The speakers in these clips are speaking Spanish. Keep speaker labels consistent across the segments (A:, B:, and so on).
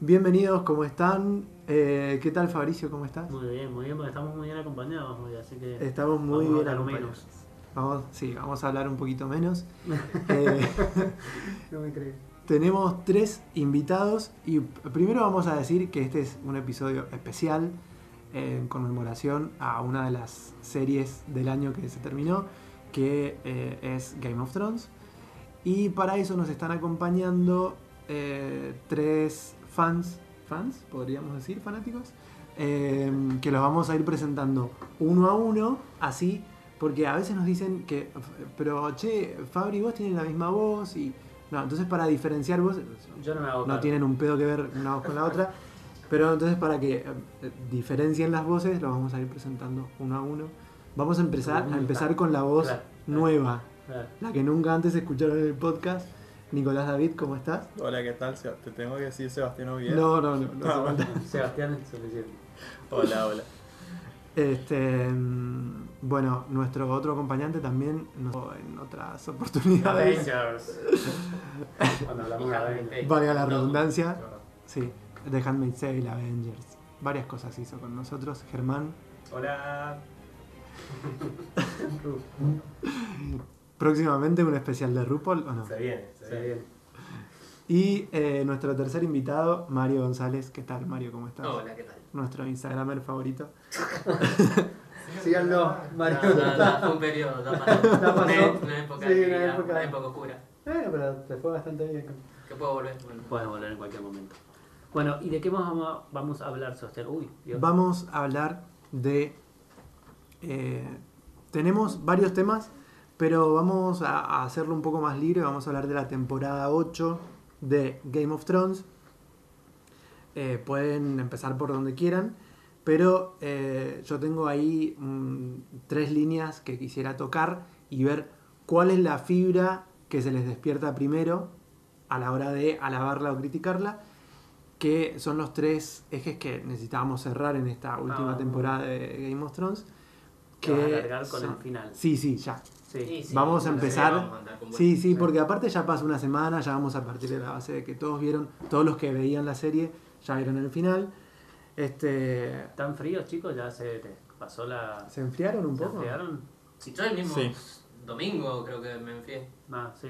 A: Bienvenidos, ¿cómo están? Eh, ¿Qué tal Fabricio? ¿Cómo estás?
B: Muy bien, muy bien, porque estamos muy bien acompañados hoy, así que
A: Estamos muy
B: vamos a
A: bien
B: hablar
A: acompañados. Vamos, sí, vamos a hablar un poquito menos. Eh,
B: No me crees.
A: tenemos tres invitados y primero vamos a decir que este es un episodio especial en conmemoración a una de las series del año que se terminó, que eh, es Game of Thrones. Y para eso nos están acompañando eh, tres fans, fans, podríamos decir, fanáticos, eh, que los vamos a ir presentando uno a uno, así, porque a veces nos dicen que, pero che, Fabri, vos tienen la misma voz y... No, entonces para diferenciar vos,
B: Yo no me hago
A: no
B: cargo.
A: tienen un pedo que ver una voz con la otra. Pero entonces para que eh, diferencien las voces, lo vamos a ir presentando uno a uno. Vamos a empezar, a empezar con la voz
B: Claro, claro.
A: nueva,
B: Claro.
A: la que nunca antes escucharon en el podcast. Nicolás David, ¿cómo estás?
C: Hola, ¿qué tal? Seb- Te tengo que decir Sebastián Oviedo.
A: No, no, no, no hace
C: Ah, bueno.
A: falta.
B: Sebastián es suficiente.
C: Hola, hola.
A: Este, mm, bueno, nuestro otro acompañante también nos en otras oportunidades.
B: Avengers. Cuando hablamos de Avengers.
A: Valga la redundancia. Sí, The Handmaid's Tale, Avengers. Varias cosas hizo con nosotros. Germán,
C: Hola.
A: próximamente un especial de RuPaul o no?
C: viene,
B: Está bien.
A: Y eh, nuestro tercer invitado, Mario González. ¿Qué tal, Mario? ¿Cómo estás?
D: Hola, ¿qué tal?
A: Nuestro Instagramer favorito.
B: Síganlo,
A: Eh,
B: Mario.
D: No, no, no, fue un periodo, no pasó.
B: No pasó.
D: Una, una época
B: Sí,
D: de
B: una
D: actividad,
B: época.
D: una época oscura.
B: Bueno, pero te fue bastante bien.
D: Que puedo volver. Bueno,
B: Puedes volver en cualquier momento. Bueno, ¿y de qué vamos a, vamos a hablar, Sebastián? Uy, Dios.
A: Vamos a hablar de... eh, tenemos varios temas, pero vamos a, a hacerlo un poco más libre. Vamos a hablar de la temporada 8 de Game of Thrones. Eh, pueden empezar por donde quieran, pero eh, yo tengo ahí mm, tres líneas que quisiera tocar y ver cuál es la fibra que se les despierta primero a la hora de alabarla o criticarla, que son los tres ejes que necesitábamos cerrar en esta última
B: Ah.
A: temporada de Game of Thrones.
B: Te vas a alargar con
A: son-
B: el final.
A: Sí, sí, ya.
D: y sí,
A: vamos a
D: bueno,
A: empezar.
D: vamos a andar con
A: Sí,
D: buenas.
A: sí, porque aparte ya pasó una semana, ya vamos a partir de la base de que todos vieron, todos los que veían la serie ya vieron el final. Este,
B: ¿Están fríos, chicos? ¿Ya se te pasó la...
A: ¿Se enfriaron un
B: ¿Se
A: poco?
B: enfriaron?
D: Si yo el mismo
C: Sí.
D: domingo creo que me enfrié.
B: Ah, sí.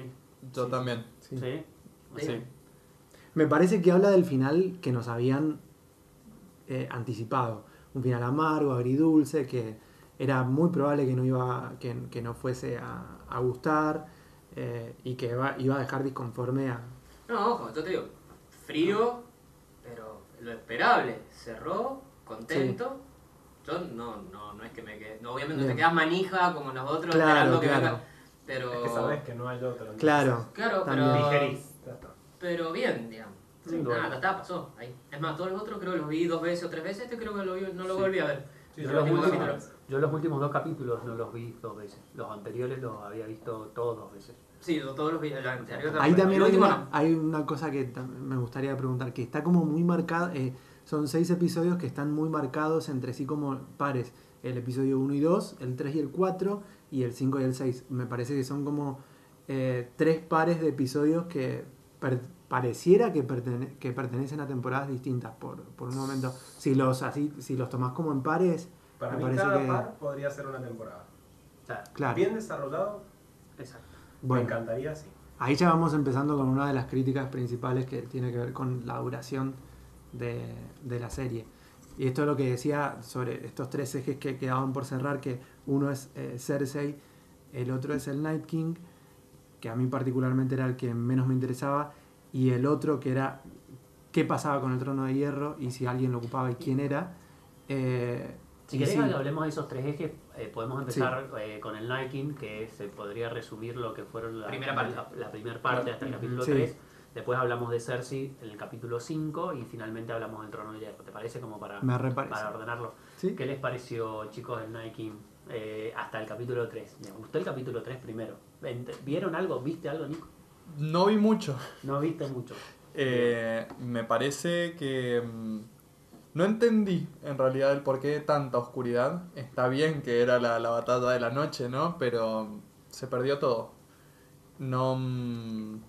C: Yo también.
A: Sí.
B: ¿Sí?
D: Sí.
C: Sí.
A: Me parece que habla del final que nos habían eh, anticipado. Un final amargo, agridulce, que era muy probable que no, iba, que, que no fuese a, a gustar eh, y que va- iba a dejar disconforme a...
D: No, ojo, yo te digo, frío, pero lo esperable. Cerró, contento. Yo no, no, no es que me quede. No, obviamente no
A: Bien.
D: te quedas manija como nosotros
A: Claro,
D: esperando que
A: claro.
D: venga. Pero.
C: que no hay otro.
A: Claro,
D: Claro, pero.
A: También.
D: Pero bien, digamos.
B: Sí,
D: nada,
B: bueno.
D: la tapa pasó. Ahí. Es más, todos los otros creo que los vi dos veces o tres veces. Este creo que lo vi, no lo
B: Sí.
D: volví a ver.
B: yo,
D: Pero
B: los
D: tengo
B: últimos,
D: capítulos.
B: yo los últimos dos capítulos no los vi dos veces. Los anteriores los había visto todos dos veces.
D: Sí, yo todos los vi. El anterior
A: Ahí también
D: el
A: hay
D: último
A: una,
D: no.
A: hay una cosa que tam- me gustaría preguntar, que está como muy marcada, eh, son seis episodios que están muy marcados entre sí como pares, el episodio 1 y 2, el 3 y el 4 y el 5 y el 6. Me parece que son como eh, tres pares de episodios que per- pareciera que, pertene- que pertenecen a temporadas distintas por, por un momento. Si los, así, si los tomás como en pares,
E: Para
A: Me
E: mí
A: parece
E: cada
A: que-
E: par podría ser una temporada.
B: Claro,
A: claro.
E: Bien desarrollado,
B: exacto.
E: me
A: Bueno,
E: encantaría así.
A: ahí ya vamos empezando con una de las críticas principales que tiene que ver con la duración de, de la serie. Y esto es lo que decía sobre estos tres ejes que quedaban por cerrar, que uno es eh, Cersei, el otro es el Night King, que a mí particularmente era el que menos me interesaba, y el otro que era qué pasaba con el trono de hierro y si alguien lo ocupaba y quién era. Eh,
B: Si
A: y
B: querés
A: sí,
B: que hablemos de esos tres ejes, eh, podemos empezar eh, con el Niking, que se podría resumir lo que fueron la
D: Primera
B: la-
D: parte.
B: la primera parte hasta el capítulo
A: Sí.
B: 3. Después hablamos de Cersei en el capítulo 5 y finalmente hablamos del trono de hierro. ¿Te parece como para,
A: me reparece.
B: para ordenarlo?
A: ¿Sí?
B: ¿Qué les pareció, chicos, el Niking hasta el capítulo 3? ¿Les gustó el capítulo 3 primero? Ent- ¿Vieron algo? ¿Viste algo, Nico?
C: No vi mucho.
B: No viste mucho.
C: Eh, me parece que mm, no entendí en realidad el porqué de tanta oscuridad. Está bien que era la, la batalla de la noche, ¿no? Pero mm, se perdió todo. No, mm,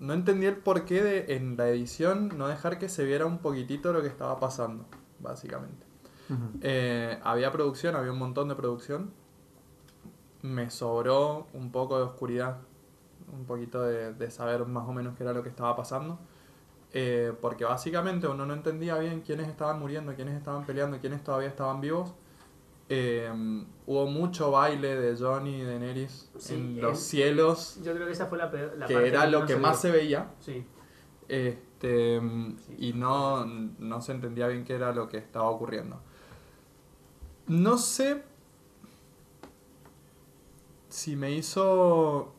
C: no entendí el porqué de en la edición no dejar que se viera un poquitito lo que estaba pasando, básicamente.
A: Ujú.
C: Eh, había producción, había un montón de producción. Me sobró un poco de oscuridad, un poquito de, de saber más o menos qué era lo que estaba pasando. Eh, porque básicamente uno no entendía bien quiénes estaban muriendo, quiénes estaban peleando, quiénes todavía estaban vivos. Eh, hubo mucho baile de Johnny y de Neris
B: Sí,
C: en
B: eh,
C: los cielos,
B: Yo creo que esa fue la, peor- la
C: que
B: parte
C: era lo
B: no
C: que
B: se
C: más
B: vio.
C: se veía.
B: Sí,
C: Este, mm,
B: Sí.
C: y no, no se entendía bien qué era lo que estaba ocurriendo. No sé si me hizo...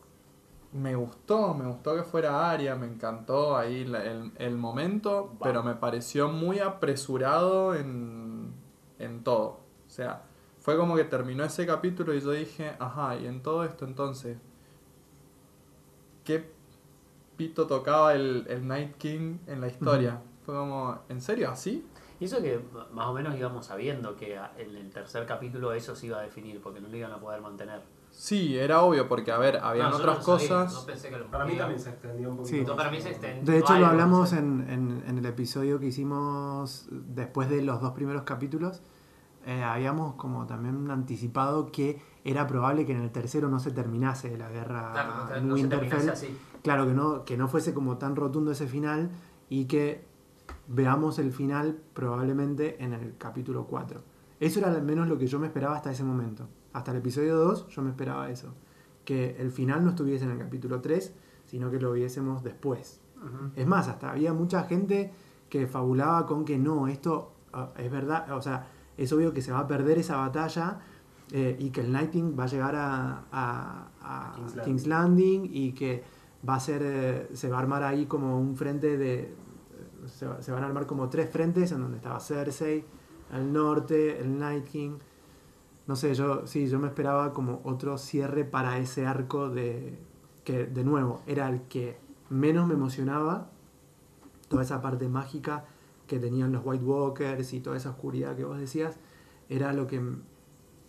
C: Me gustó, me gustó que fuera Aria, me encantó ahí la- el, el momento, pero me pareció muy apresurado en, en todo. O sea, fue como que terminó ese capítulo y yo dije, ajá, y en todo esto entonces, ¿qué pito tocaba el, el Night King en la historia? Fue como, ¿en serio así?
B: Y eso que más o menos íbamos sabiendo que a- en el tercer capítulo eso se iba a definir, porque no lo iban a poder mantener.
C: Sí, era obvio, porque a ver, habían
D: No, yo
C: otras
D: no sabía,
C: cosas.
D: no pensé que lo
E: Para mí
D: podía.
E: también se extendió un
A: Sí.
E: poquito.
D: No,
E: más.
D: para mí este, se extendió.
A: De hecho, lo
D: algo,
A: hablamos
D: no sé.
A: en, en- en el episodio que hicimos después de los dos primeros capítulos. Eh, habíamos como también anticipado que era probable que en el tercero no se terminase la guerra
D: Claro, no, se-
A: en
D: no se terminase
A: Winterfell.
D: así.
A: Claro, que no, que no fuese como tan rotundo ese final y que veamos el final probablemente en el capítulo 4. Eso era al menos lo que yo me esperaba hasta ese momento. Hasta el episodio 2 yo me esperaba eso. Que el final no estuviese en el capítulo 3, sino que lo viésemos después. Es más, hasta había mucha gente que fabulaba con que no, esto ah, es verdad, o sea, es obvio que se va a perder esa batalla eh, y que el Nighting va a llegar a, a- a
E: King's
A: King's,
E: Landing.
A: Landing y que va a ser, eh, se va a armar ahí como un frente de, se, va- se van a armar como tres frentes en donde estaba Cersei, el norte, el Night King. No sé, yo sí, yo me esperaba como otro cierre para ese arco de que de nuevo era el que menos me emocionaba. Toda esa parte mágica que tenían los White Walkers y toda esa oscuridad que vos decías era lo que m-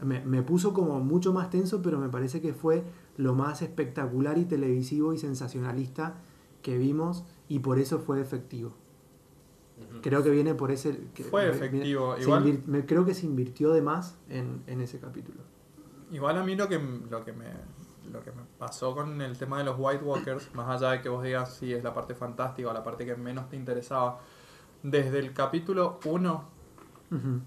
A: me, me puso como mucho más tenso, pero me parece que fue lo más espectacular y televisivo y sensacionalista que vimos y por eso fue efectivo.
D: Ujú.
A: Creo que viene por ese. que-
C: Fue
A: me-
C: efectivo,
A: se
C: igual.
A: invir- me, creo que se invirtió de más en, en ese capítulo.
C: Igual a mí lo que, lo, que me, lo que me pasó con el tema de los White Walkers, más allá de que vos digas si es la parte fantástica o la parte que menos te interesaba, desde el capítulo 1
A: Ujú.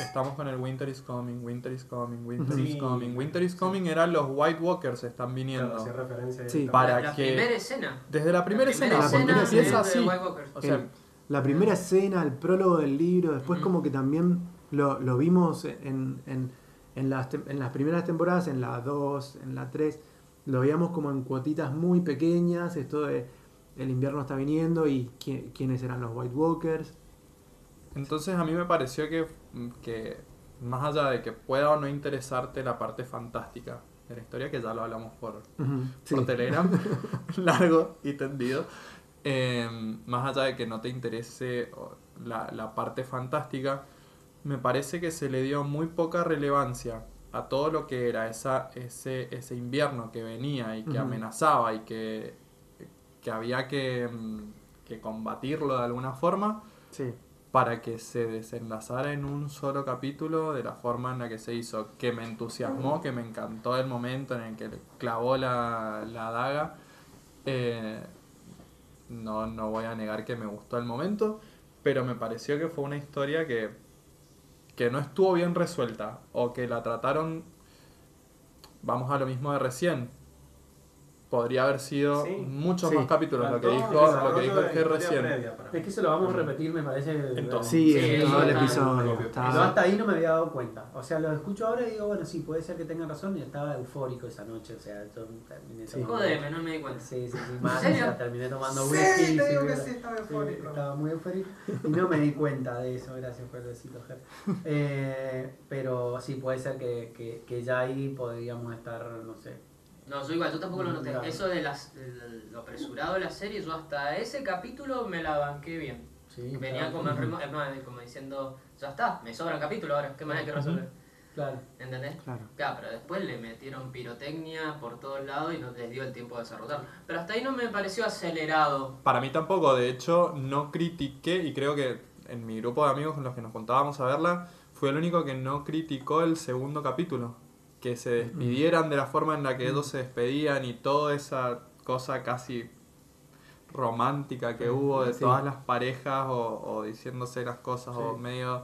C: estamos con el Winter is Coming, Winter is Coming, Winter
E: Sí.
C: is Coming, Winter is Coming eran los White Walkers, están viniendo.
E: Claro, hacía referencia
A: Sí.
E: directamente.
C: Para
D: la
C: que-
D: primera escena.
C: Desde la primera, escena,
A: escena
C: porque
A: es
C: empieza
D: de
C: así.
D: White Walker.
C: O sea, mm.
A: El- la primera escena, el prólogo del libro, después
D: Ujú.
A: como que también lo, lo vimos en, en- en las, tem- en las primeras temporadas, en la 2, en la 3, lo veíamos como en cuotitas muy pequeñas, esto de el invierno está viniendo y qui- quiénes eran los White Walkers.
C: Entonces a mí me pareció que, que más allá de que pueda o no interesarte la parte fantástica de la historia, que ya lo hablamos por,
A: Ujú, sí.
C: por Telegram, largo y tendido, eh, más allá de que no te interese o, la, la parte fantástica, me parece que se le dio muy poca relevancia a todo lo que era esa, ese, ese invierno que venía y que
A: Ujú.
C: amenazaba y que, que había que, mm, que combatirlo de alguna forma
A: Sí.
C: para que se desenlazara en un solo capítulo de la forma en la que se hizo, que me entusiasmó, que me encantó el momento en el que le clavó la, la daga. Eh, no, no voy a negar que me gustó el momento, pero me pareció que fue una historia que, que no estuvo bien resuelta o que la trataron, vamos a lo mismo de recién. Podría haber sido
E: Sí.
C: muchos
A: Sí.
C: más capítulos, lo que
E: Faltó
C: dijo,
E: el
C: lo que dijo
E: desarrollo de
C: el
E: la
C: G
E: historia
C: recién.
E: previa para mí.
B: Es que eso lo vamos a repetir, me parece.
C: En todo.
A: Sí,
D: Sí,
A: en
D: eso
A: todo el
D: está-
A: episodio.
E: Obvio.
A: estaba-
B: Yo hasta ahí no me había dado cuenta. O sea, lo escucho ahora y digo, bueno, sí, puede ser que tengan razón. Y estaba eufórico esa noche. O sea, yo terminé
A: Sí.
B: tomando-
D: Jodeme, no me di cuenta.
B: Sí, sí, sí.
D: ¿En
B: Más,
D: serio?
B: o sea, terminé tomando
E: Sí,
B: whisky.
E: te digo que
B: era-
E: sí, estaba eufórico.
B: estaba muy eufórico. Y no me di cuenta de eso, gracias por el besito, Ger. Eh, pero sí, puede ser que, que, que ya ahí podríamos estar, no sé.
D: No, yo igual, yo tampoco lo noté.
B: Claro.
D: Eso de las, el- lo apresurado de la serie, yo hasta ese capítulo me la banqué bien.
B: Sí,
D: Venía
B: claro.
D: como, en remo- es más, como diciendo, ya está, me sobra el capítulo ahora, ¿qué más hay que resolver?
B: Claro.
D: ¿Entendés?
A: Claro.
D: Claro, pero después le metieron pirotecnia por todos lados y no les dio el tiempo de desarrollarlo. Pero hasta ahí no me pareció acelerado.
C: Para mí tampoco, de hecho, no critiqué y creo que en mi grupo de amigos con los que nos juntábamos a verla, fue el único que no criticó el segundo capítulo. Que se despidieran de la forma en la que ellos se despedían y toda esa cosa casi romántica que hubo de
A: Sí.
C: todas las parejas o, o diciéndose las cosas o
B: Sí.
C: medio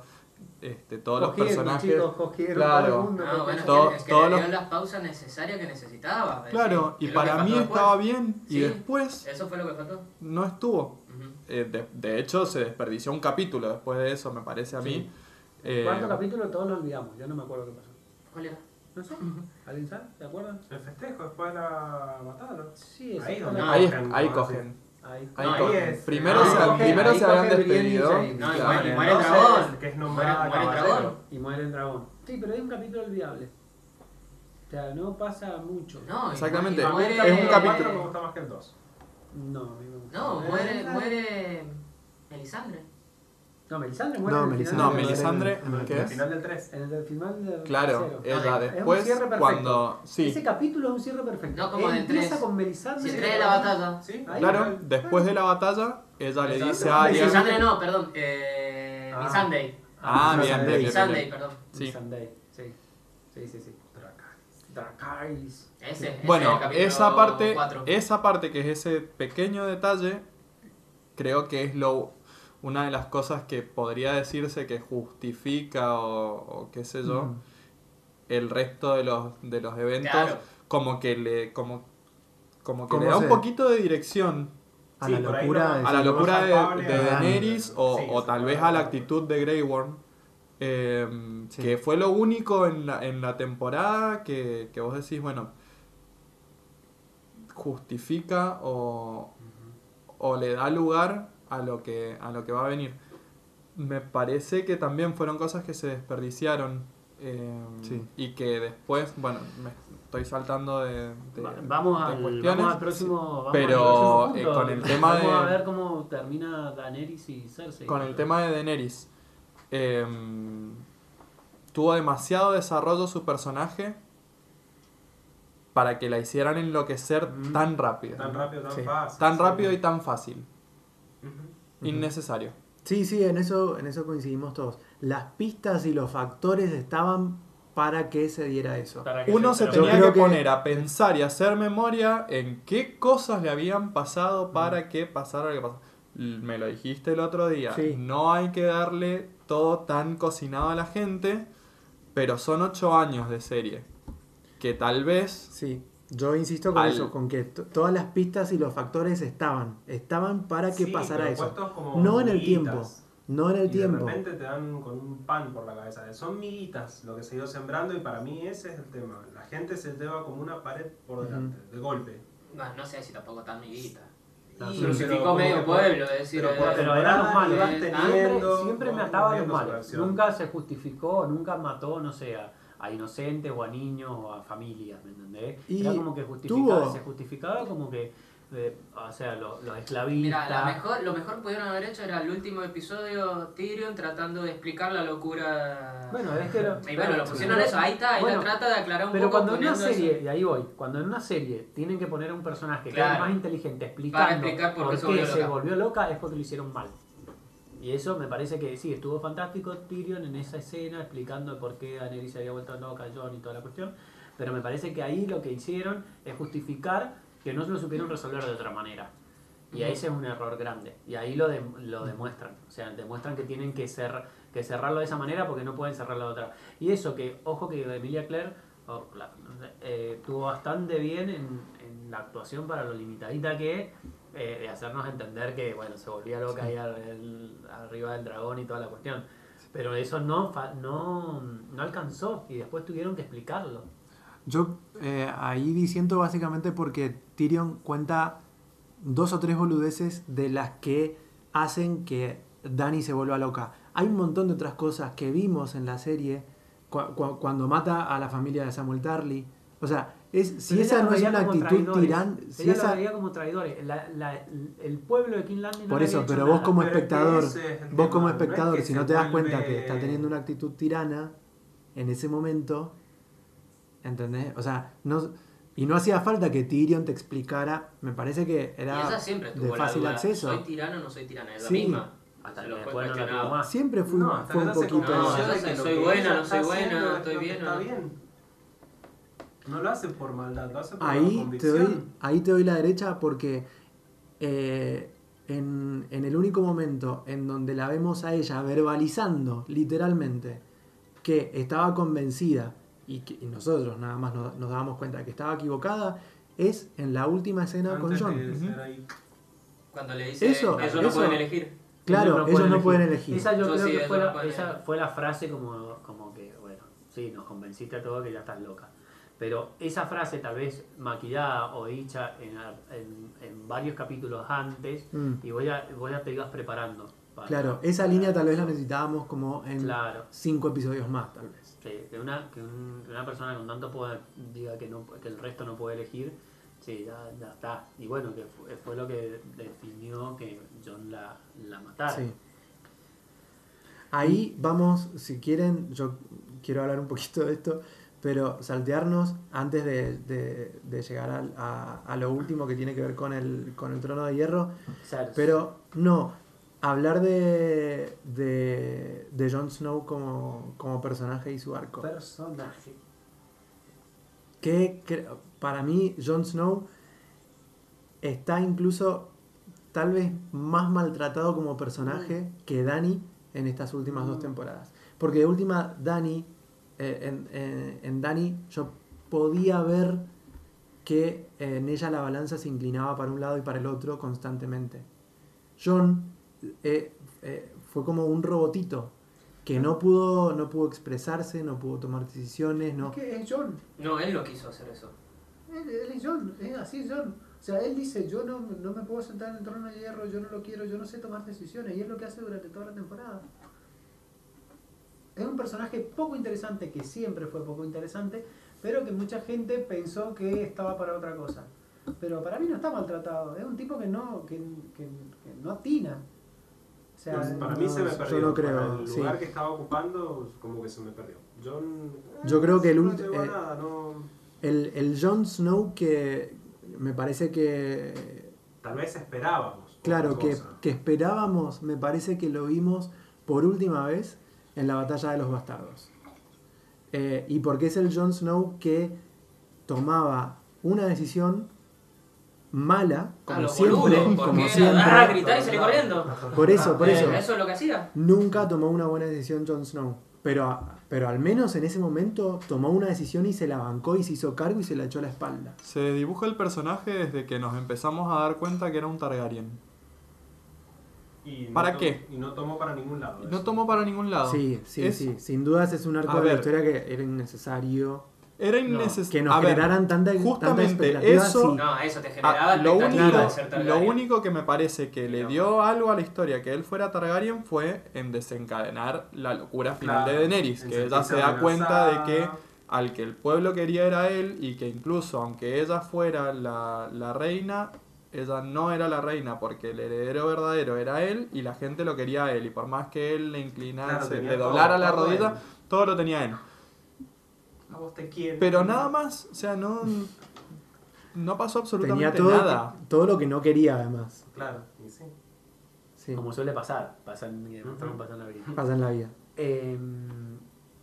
C: este, todos los
B: Cogieron,
C: personajes.
B: Chicos, cogieron
C: Claro.
B: todo el mundo,
D: No, Ah, bueno, es
B: cogieron.
C: Todo-
D: que, es que
C: todos
D: le
C: los-
D: dieron las pausas necesarias que necesitaba. es
C: Claro, y
D: decir, que lo que
C: para
D: pasó
C: mí
D: después.
C: estaba bien y
D: Sí.
C: después
D: Eso fue lo que faltó.
C: no estuvo.
D: Ujú.
C: Eh, de, de hecho, se desperdició un capítulo después de eso, me parece a
B: Sí.
C: mí. Eh,
B: Cuarto capítulo todos lo olvidamos, yo no me acuerdo qué pasó.
D: ¿Cuál era?
B: No sé, ¿alguien sabe? ¿Te acuerdas?
E: El festejo después de la matada, ¿no?
B: Sí, esa
E: Ahí
B: fue
E: donde-
B: la-
C: ahí,
E: cogen,
C: ahí
E: ¿no?
C: cogen.
B: Ahí.
C: Ahí
D: No, ahí
C: cogen.
E: es-
C: primero
E: ahí
C: se,
E: cogen,
C: primero
B: ahí
C: se habían
B: cogen bien
C: despedido.
B: y se-
D: No,
C: claro.
D: igual,
E: Con
D: muere el
E: doce,
D: dragón.
E: Que
D: Muere,
E: es nombrada
D: muere el
E: caballero.
D: dragón.
B: Y muere el dragón. Sí, pero hay un capítulo olvidable. O sea, no pasa mucho.
D: No, y
C: Exactamente.
D: mu- y muere-
C: Es un
E: El
C: capítulo-
E: cuatro me gusta más que el 2.
B: No, a mí me gusta.
D: No, muere,
E: Melisandre.
D: muere Melisandre.
B: No, Melisandre muere.
A: No,
B: en el final
A: Melisandre.
C: No,
B: del-
C: Melisandre, ¿qué
E: El
C: es?
E: final del 3.
B: En el final del
C: Claro,
B: tercero.
C: ella
D: No, es
B: un
C: después,
B: cierre perfecto.
C: cuando.
B: Ese
C: Sí,
B: capítulo es un cierre perfecto.
D: No, como
B: Él
D: de
B: empieza
D: tres.
B: con
C: Ah,
B: Melisandre.
D: Se trae la batalla.
E: ¿Sí?
B: Ahí,
C: claro,
B: ahí.
C: después de la batalla, ella le dice a
B: Melisandre.
C: Ariel.
D: Melisandre no, perdón. Eh,
E: Ah.
D: Missandei.
C: Ah,
B: Melisandre.
C: bien, bien, bien, bien,
D: Missandei,
C: bien.
D: perdón.
C: Sí.
B: Melisandre, sí. Sí, sí, sí. Dracarys. Dracarys.
D: Ese, ese es el
C: Bueno,
D: capítulo
C: esa parte,
D: cuatro.
C: esa parte que es ese pequeño detalle, creo que es lo una de las cosas que podría decirse que justifica o, o qué sé
B: Mm.
C: yo
A: Mm.
C: el resto de los de los eventos
D: Claro.
C: como que le como como que
A: ¿Cómo
C: le da
A: se-
C: un poquito de dirección
A: A
E: Sí,
A: la
E: por ahí
A: locura.
E: no-
A: de-
C: a la
E: lo más
C: locura de,
E: palpable
C: de
E: a-
C: Daenerys o,
E: Sí,
C: o
E: sí,
C: tal
E: sí.
C: vez a la actitud de Grey Worm eh,
A: Sí.
C: que fue lo único en la, en la temporada que, que vos decís bueno justifica o, o le da lugar a lo que a lo que va a venir me parece que también fueron cosas que se desperdiciaron eh,
A: Sí.
C: y que después bueno me estoy saltando de, de-
B: Va- vamos,
C: de
B: al,
C: cuestiones.
B: vamos al próximo. vamos
C: Pero,
B: al próximo
C: eh,
B: punto.
C: con el tema de-
B: Vamos a ver cómo termina Daenerys y Cersei.
C: con el tema de Daenerys. em, tuvo demasiado desarrollo su personaje para que la hicieran enloquecer
A: Mm.
C: tan rápido.
E: Tan rápido, tan
A: Sí.
E: fácil.
C: Tan
E: sí.
C: rápido y tan fácil.
E: Ujú.
A: Ujú.
C: Innecesario.
A: Sí, sí, en eso, en eso coincidimos todos. Las pistas y los factores estaban para que se diera eso.
B: Para que
C: Uno se
A: Yo
C: tenía
A: creo
C: que,
A: que-
C: poner a pensar y hacer memoria en qué cosas le habían pasado
A: Mm.
C: para que pasara lo que pasó. L- Me lo dijiste el otro día.
A: Sí.
C: No hay que darle todo tan cocinado a la gente, pero son ocho años de serie. Que tal vez
A: Sí, yo insisto con
C: Al-
A: eso, con que to- todas las pistas y los factores estaban. Estaban para que
E: Sí,
A: pasara
E: pero
A: eso.
E: puestos como
A: No en el
E: miguitas.
A: tiempo. No en
E: Y
A: el tiempo.
E: De repente te dan con un pan por la cabeza. Son miguitas lo que se ha ido sembrando y para mí ese es el tema. La gente se lleva como una pared por delante, de golpe.
D: No, no sé si tampoco tan miguita.
B: No,
A: Ah,
D: Y
B: pero-
E: pero
D: Crucificó
E: como
D: medio
E: que-
D: pueblo, es decir,
E: pero por-
D: eh, ¿Ah?
B: Pero eran los malos. ¿eh?
E: ibas
B: Siempre,
E: teniendo-
B: siempre me
E: vas
B: ataba a los
E: cumpliendo su
B: malos.
E: acción.
B: Nunca se justificó, nunca mató, no sé, a, a inocentes o a niños o a familias, ¿me entendés?
A: Y
B: Era como que justificaba,
A: tuvo-
B: se justificaba como que, eh, o sea, lo- los
D: Mira, la
B: esclavistas.
D: mejor, lo mejor que pudieron haber hecho era el último episodio Tyrion tratando de explicar la locura.
B: Bueno, es que lo-
D: y bueno, lo pusieron
B: pero-
D: eso, ahí está, ahí
B: bueno,
D: la trata de aclarar un
B: Pero
D: poco.
B: cuando en una
D: poniendo eso.
B: serie, y ahí voy, cuando en una serie tienen que poner a un personaje que
D: Claro.
B: es más inteligente explicando
D: Para explicar por qué se volvió
B: se
D: loca.
B: volvió loca es porque lo hicieron mal. Y eso me parece que sí, estuvo fantástico Tyrion en esa escena explicando por qué Daenerys se había vuelto loca, Jon y toda la cuestión. Pero me parece que ahí lo que hicieron es justificar que no se lo supieron resolver de otra manera. Y ahí ese es un error grande. Y ahí lo, dem- lo demuestran. O sea, demuestran que tienen que, cer- que cerrarlo de esa manera porque no pueden cerrarlo de otra. Y eso que, ojo que Emilia Claire o la- eh, tuvo bastante bien en, en la actuación para lo limitadita que es, eh, de hacernos entender que, bueno, se volvía loca ahí al- el- arriba del dragón y toda la cuestión. Pero eso no, fa- no, no alcanzó y después tuvieron que explicarlo.
A: Yo eh, ahí diciendo básicamente porque Tyrion cuenta dos o tres boludeces de las que hacen que Dani se vuelva loca. Hay un montón de otras cosas que vimos en la serie cua- cua- cuando mata a la familia de Samuel Tarly. O sea, es, si
B: Pero ella
A: esa
B: los
A: no es
B: veía
A: una
B: como
A: actitud
B: traidores.
A: tirán, si
B: ella
A: esa-
B: los veía como traidores. La- la- el pueblo de King Landing no
A: por
B: le
A: eso,
B: había hecho
A: pero vos
B: nada.
A: como
E: Pero es que
A: espectador,
E: ese es
A: vos
E: el tema,
A: como
E: no es
A: espectador,
E: que
A: si
E: se
A: no te das cuenta
E: vuelve-
A: que está teniendo una actitud tirana, en ese momento. ¿Entendés? O sea, no, y no hacía falta que Tyrion te explicara. Me parece que
D: y
A: era
D: esa siempre estuvo
A: de
D: la
A: fácil
D: duda,
A: acceso.
D: ¿Soy tirano o no soy tirana? Es
A: Sí.
D: la misma.
B: Hasta
D: Se
B: que
D: lo fue
B: después no la tuvo
D: cuestionado.
B: más.
A: Siempre fue,
E: No,
A: un-
E: hasta
A: fue un
E: acá se
A: poquito.
D: No,
E: convenció
D: yo
E: de
D: sé que
E: lo
D: soy
E: ella
D: buena, no
E: está
D: soy buena,
E: haciendo es
D: estoy
E: lo que
D: bien,
E: Está
D: no.
E: bien. No lo hace por maldad, lo hace por
A: ahí te
E: convicción.
A: doy, ahí te doy la derecha porque eh, en, en el único momento en donde la vemos a ella verbalizando literalmente que estaba convencida y, que, y nosotros nada más nos, nos dábamos cuenta que estaba equivocada es en la última escena con
E: Antes
A: John.
E: de ser
C: Ujú.
E: ahí.
D: Cuando le dice
A: Eso,
D: ellos no
A: eso.
D: pueden elegir.
A: Claro,
B: no
A: ellos no pueden elegir.
B: Esa yo
D: Yo
B: creo
D: sí,
B: que
D: ellos
B: fue
D: no
B: la,
D: pueden
B: esa
D: elegir.
B: fue la frase como, como que, bueno, sí, nos convenciste a todos que ya estás loca. Pero esa frase tal vez maquillada o dicha en, en- en varios capítulos antes
A: Mm.
B: y vos ya, vos ya te ibas preparando. para-
A: Claro, esa
B: para
A: línea tal vez la
B: eso.
A: necesitábamos como en
B: Claro.
A: cinco episodios más, tal vez.
B: Sí, que una, que un- que una persona con tanto poder diga que, no, que el resto no puede elegir, sí, ya, ya está. Y bueno, que fue, fue lo que definió que John la, la matara.
A: Sí. Ahí vamos, si quieren, yo quiero hablar un poquito de esto, pero saltearnos antes de, de- de llegar al- a, a lo último que tiene que ver con el, con el trono de hierro,
B: Cersei.
A: pero no, hablar de, de, de Jon Snow como, como personaje y su arco.
E: Personaje.
A: que cre- para mí Jon Snow está incluso tal vez más maltratado como personaje
F: Mm.
A: que Dany en estas últimas dos temporadas. Porque de última, Dany, eh, en, en, en Dany yo podía ver que eh, en ella la balanza se inclinaba para un lado y para el otro constantemente. Jon eh, eh, fue como un robotito que
F: Ah.
A: no pudo, no pudo expresarse, no pudo tomar decisiones, no,
F: Es que es John.
D: No, él no quiso hacer eso.
F: Él, él es John, es así es John. O sea, él dice, yo no, no me puedo sentar en el trono de hierro, yo no lo quiero, yo no sé tomar decisiones. Y es lo que hace durante toda la temporada. Es un personaje poco interesante, que siempre fue poco interesante, pero que mucha gente pensó que estaba para otra cosa. Pero para mí no está maltratado, es un tipo que no, que, que- que no atina. O sea,
E: Pues, para
A: no,
E: mí se me
A: yo
E: perdió.
A: no
E: Para
A: creo,
E: el
A: sí.
E: lugar que estaba ocupando, como que se me perdió. John. eh,
A: Yo creo que el
E: no
A: ulti-
E: llegó a
A: eh,
E: nada, no-
A: El, el Jon Snow que me parece que,
E: Tal vez esperábamos. otra
A: claro, que,
E: cosa.
A: que esperábamos, me parece que lo vimos por última vez en la batalla de los bastardos. Eh, y porque es el Jon Snow que tomaba una decisión mala,
D: a
A: como
D: los
A: siempre,
D: boludos, porque
A: como
D: era,
A: siempre.
D: ah, gritar y salir corriendo.
A: Por eso, por
D: Eh,
A: eso.
D: es lo que hacía.
A: Nunca tomó una buena decisión Jon Snow. Pero, pero al menos en ese momento tomó una decisión y se la bancó y se hizo cargo y se la echó a la espalda.
C: Se dibuja el personaje desde que nos empezamos a dar cuenta que era un Targaryen.
E: Y no
C: ¿Para
E: tom-
C: qué?
E: Y no tomó para ningún lado.
C: Y No
E: eso.
C: tomó para ningún lado.
A: Sí, sí,
C: Es-
A: sí. Sin dudas es un arco de
C: A
A: la
C: ver.
A: historia que era innecesario.
C: Era
B: No,
A: Que
C: innecesario.
A: nos generaran tanta, tanta
C: justamente
A: expectativa.
C: eso-
A: sí.
D: No, eso te generaba
C: Ah, lo,
D: expectativa
C: único,
D: de ser
C: lo
D: Targaryen.
C: único que me parece que le
D: No.
C: dio algo a la historia que él fuera Targaryen fue en desencadenar la locura final
E: Claro,
C: de Daenerys,
E: en
C: que ella se
E: sentirse
C: da cuenta de que
E: amenazada.
C: al que el pueblo quería era él y que incluso aunque ella fuera la, la reina, ella no era la reina porque el heredero verdadero era él y la gente lo quería a él y por más que él le
E: Claro,
C: inclinase,
E: tenía
C: le
E: todo,
C: doblara la
E: todo
C: rodilla,
E: él.
C: todo lo tenía él.
E: A vos te quiero.
C: Pero nada más, o sea, no, no pasó
A: Tenía
C: absolutamente
A: todo,
C: nada.
A: todo lo que no quería además.
E: Claro, y sí.
A: Sí,
B: Como suele pasar, pasan,
E: Ujú.
B: pasan la vida.
A: pasa en la vida.
B: Eh,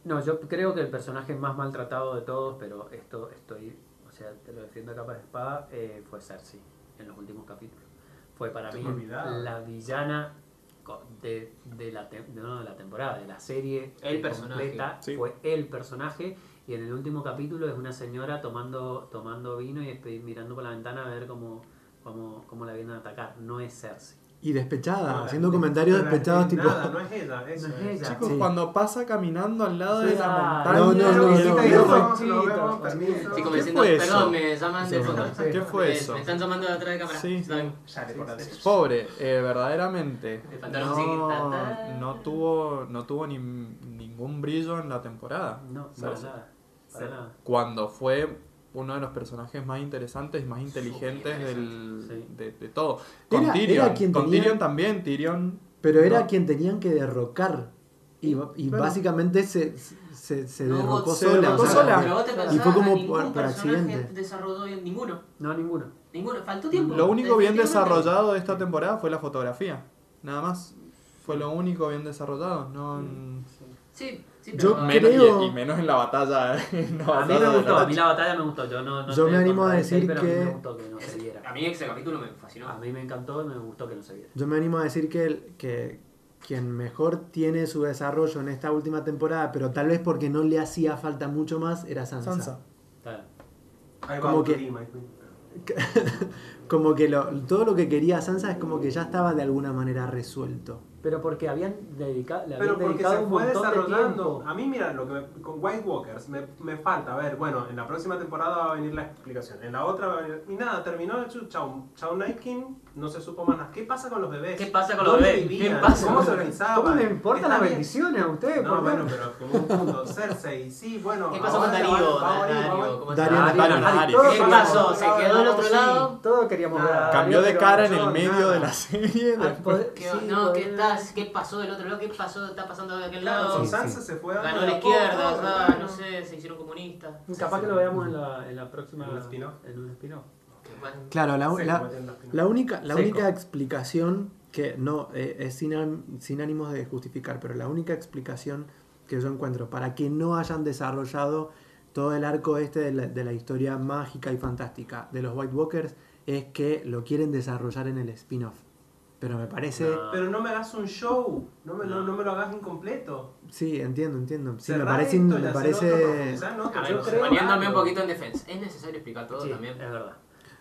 B: no, yo creo que el personaje más maltratado de todos, pero esto estoy, o sea, te lo defiendo a capa de espada, eh, fue Cersei en los últimos capítulos. Fue para
E: Te
B: mí
E: olvidaba.
B: la villana co- de, de la tem- no, de la temporada, de la serie
D: El personaje,
C: sí.
B: fue el personaje. Y en el último capítulo es una señora tomando, tomando vino y espe- mirando por la ventana a ver cómo, cómo, cómo la vienen a atacar. No es Cersei.
A: Y despechada,
E: Nada,
A: haciendo
E: no-
A: comentarios
E: no es
A: despechados tipo...
E: nada, no es ella, eso
B: No es ella.
C: Chicos,
A: Sí.
C: cuando pasa caminando al lado de la
B: Ah,
A: No,
C: montaña.
A: no, no,
C: y
A: no,
C: el-
A: no.
E: Nos
B: Chicos,
E: vemos, permiso.
D: Sí, como
C: ¿Qué
D: diciendo,
C: fue eso?
D: perdón, me llaman de
A: Sí,
D: fondo.
B: sí.
C: ¿Qué fue
D: Me-
C: eso?
D: Me están llamando de atrás de cámara.
C: Sí.
D: Dame-
E: Ya le corté.
C: Pobre, eh, verdaderamente.
D: Le faltaron seguir.
C: No,
D: Ta, ta.
C: no tuvo, no tuvo ni- ningún brillo en la temporada.
B: No, para
C: Cersei.
B: nada. Para
E: Sí.
B: nada.
C: Cuando fue uno de los personajes más interesantes y más inteligentes del,
B: Sí.
C: de, de todo.
A: Era-
C: Con
A: era
C: Tyrion.
A: quien
C: con
A: tenía-
C: Tyrion también. Tyrion
A: Pero era
C: No.
A: quien tenían que derrocar Y, y
F: Claro.
A: básicamente se, se, se
D: No,
A: derrocó
D: se
A: sola.
D: derrocó
A: o sea,
C: sola.
D: Pero vos te pensás,
A: Y fue como
D: a ningún
A: por- por
D: personaje
A: accidente.
D: desarrolló bien ninguno.
B: No, ninguno.
D: Ninguno, faltó tiempo.
C: Lo único bien
D: Definitivamente.
C: desarrollado de esta temporada fue la fotografía. Nada más. Fue lo único bien desarrollado. No en-
D: Sí, sí,
A: Yo
D: pero.
A: me-
C: menos,
A: Creo-
C: y, y menos en la batalla. en la
B: A mí
C: batalla
B: me
C: de
B: gustó,
C: la
B: a mí la batalla me gustó. Yo, no, no
A: Yo
B: estoy
A: me animo
B: contra
A: a
B: el
A: decir
B: seis, pero a mí
A: que-
B: me gustó que no se
D: A
B: viera.
D: mí ese capítulo me fascinó.
B: A
C: Ah,
B: mí me encantó y me gustó que no se viera.
A: Yo me animo a decir que, el- que quien mejor tiene su desarrollo en esta última temporada, pero tal vez porque no le hacía falta mucho más, era Sansa.
C: Sansa.
B: Está bien.
E: Ahí va,
A: Como que-
E: Turi, my queen.
A: Como que lo- todo lo que quería Sansa es como que ya estaba de alguna manera resuelto.
B: Pero porque habían dedicado, le habían
E: Pero porque
B: dedicado
E: se
B: un
E: fue
B: montón de
E: desarrollando.
B: tiempo.
E: A mí, mira, lo que me- con White Walkers me, me falta. A ver, bueno, en la próxima temporada va a venir la explicación. En la otra va a venir. Y nada, terminó el chu- chau. Chau Night King, no se supo más nada. ¿Qué pasa con los bebés?
D: ¿Qué pasa con los
E: ¿Dónde
D: bebés?
E: vivían?
D: ¿Qué pasa?
E: ¿Cómo se organizaban?
F: ¿Cómo les
E: Ah, Está
F: importan las
E: bien.
F: bendiciones a ustedes?
E: No,
F: por
E: bueno,
F: menos?
E: pero como un punto. Cersei, sí, bueno.
C: ah,
D: ¿Qué pasó con
E: ahora
D: Darío? Ah,
E: va- va a morir, va a
D: Darío,
E: morir.
D: ¿cómo
A: Darío,
D: está?
A: Darío,
C: Darío.
F: Todos
D: ¿Qué
F: queríamos-
D: pasó? ¿Se quedó del otro
E: Sí.
D: lado?
F: Todos queríamos
E: Nada.
F: ver
B: Ah,
F: a
C: Cambió de
F: Darío,
C: cara en
F: pero-
C: el
E: no,
C: medio
E: nada.
C: de la serie.
F: Ah,
C: después.
B: pues,
F: pod-
D: ¿Qué-
F: sí,
D: no, ¿qué,
F: podría-
D: estás, ¿qué pasó del otro lado? ¿Qué pasó? ¿Está pasando de aquel
E: Claro,
D: lado?
A: Sí,
E: Sansa se fue dando
D: Ganó
E: de
D: la
E: a poco,
D: izquierda,
E: bueno.
D: ya, no sé, se hicieron comunistas.
B: Capaz
E: sí.
B: que lo veamos en la, en la próxima.
E: En un spin-off.
B: En un spin-off.
D: Bueno,
A: Claro, la,
E: Sí,
A: la-
E: como en las
A: la única, la
C: Seco.
A: única explicación que no eh, es sin, ám- sin ánimos de justificar, pero la única explicación que yo encuentro para que no hayan desarrollado todo el arco este de la, de la historia mágica y fantástica de los White Walkers es que lo quieren desarrollar en el spin-off. Pero me parece.
B: No.
E: Pero no me hagas un show, no me, no, no me lo hagas incompleto.
A: Sí, entiendo, entiendo. Sí, me
E: Cerrá
A: parece.
E: esto y
A: me
E: hacer otro,
A: parece
E: profundizar en otro.
D: a ver, pues,
E: Yo creo-
D: poniéndome un poquito en defensa. ¿Es necesario explicar todo
B: Sí, es
D: también?
B: verdad.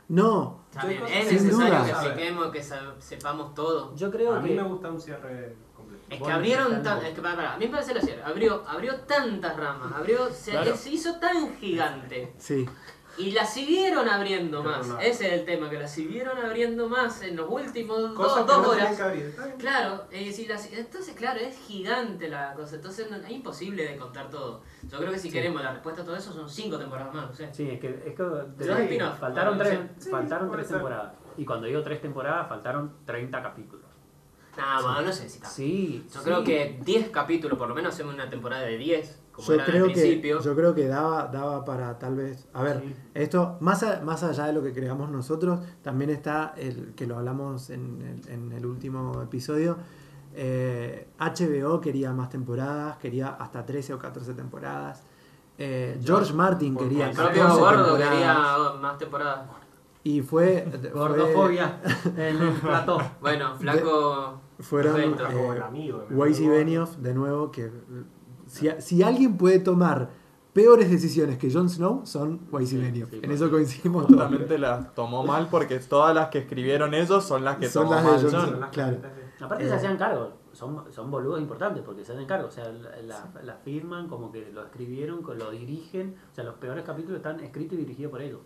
A: no,
D: También,
E: Yo-
D: es
A: sin
D: necesario
A: duda.
D: que
E: A ver.
D: expliquemos, que sa- sepamos todo.
B: Yo creo
E: A
B: que.
E: mí me gusta un cierre completo.
D: Es
B: Vos
D: que abrieron
B: necesitas
D: tan,
B: algo.
D: es que para, para, a mí me parece lo cierto, abrió, abrió tantas ramas, abrió, se,
C: Claro.
D: se hizo tan gigante
A: sí.
D: y la siguieron abriendo
E: Pero
D: más,
E: no.
D: ese es el tema, que la siguieron abriendo más en los últimos dos,
E: Cosas que
D: dos
E: no tenían
D: horas.
E: que abrir. está bien.
D: Claro, eh, si las- entonces claro, es gigante la cosa, entonces no- es imposible de contar todo. Yo creo que si queremos la respuesta a todo eso son cinco temporadas más, no sé.
B: Sí, es que, es que
D: Sí,
B: te-
D: spin-off.
B: faltaron tres,
E: Sí,
B: faltaron
E: puede
B: tres
E: ser.
B: temporadas. Y cuando digo tres temporadas, faltaron 30 capítulos.
D: Nada más, no sé si está.
B: Sí,
D: Yo
B: sí.
D: creo que 10 capítulos, por lo menos hacemos una temporada de 10, como
A: Yo
D: era al
A: creo, que,
D: principio.
A: yo creo que daba, daba para tal vez. A ver,
B: Sí.
A: esto, más, a- más allá de lo que creamos nosotros, también está el que lo hablamos en el, en el último episodio. eh, HBO quería más temporadas, quería hasta 13 o 14 temporadas. Eh, George Martin
E: por-
A: quería
D: El
E: por-
A: 14
D: propio gordo
A: temporadas.
D: quería más temporadas.
A: Y fue. fue
B: Gordofobia en el plató.
D: Bueno, flaco.
A: fueron.
D: Perfecto.
E: Ah, como
A: eh,
E: el amigo. me
A: Weiss y
E: acuerdo.
A: Benioff, de nuevo, que si, si alguien puede tomar peores decisiones que Jon Snow, son Weiss y
B: Sí,
A: Benioff.
B: sí,
A: en eso coincidimos todos.
C: Justamente las tomó mal porque todas las que escribieron ellos son las que
A: Son
C: tomó
A: las de
C: mal
A: Jon
C: Jon.
E: Son las
A: claro.
E: cositas de-
B: Aparte
A: Eh.
B: se hacían cargo, son, son boludos importantes porque se hacen cargo, o sea, la, la- la firman, como que lo escribieron, co- lo dirigen, o sea, los peores capítulos están escritos y dirigidos por ellos.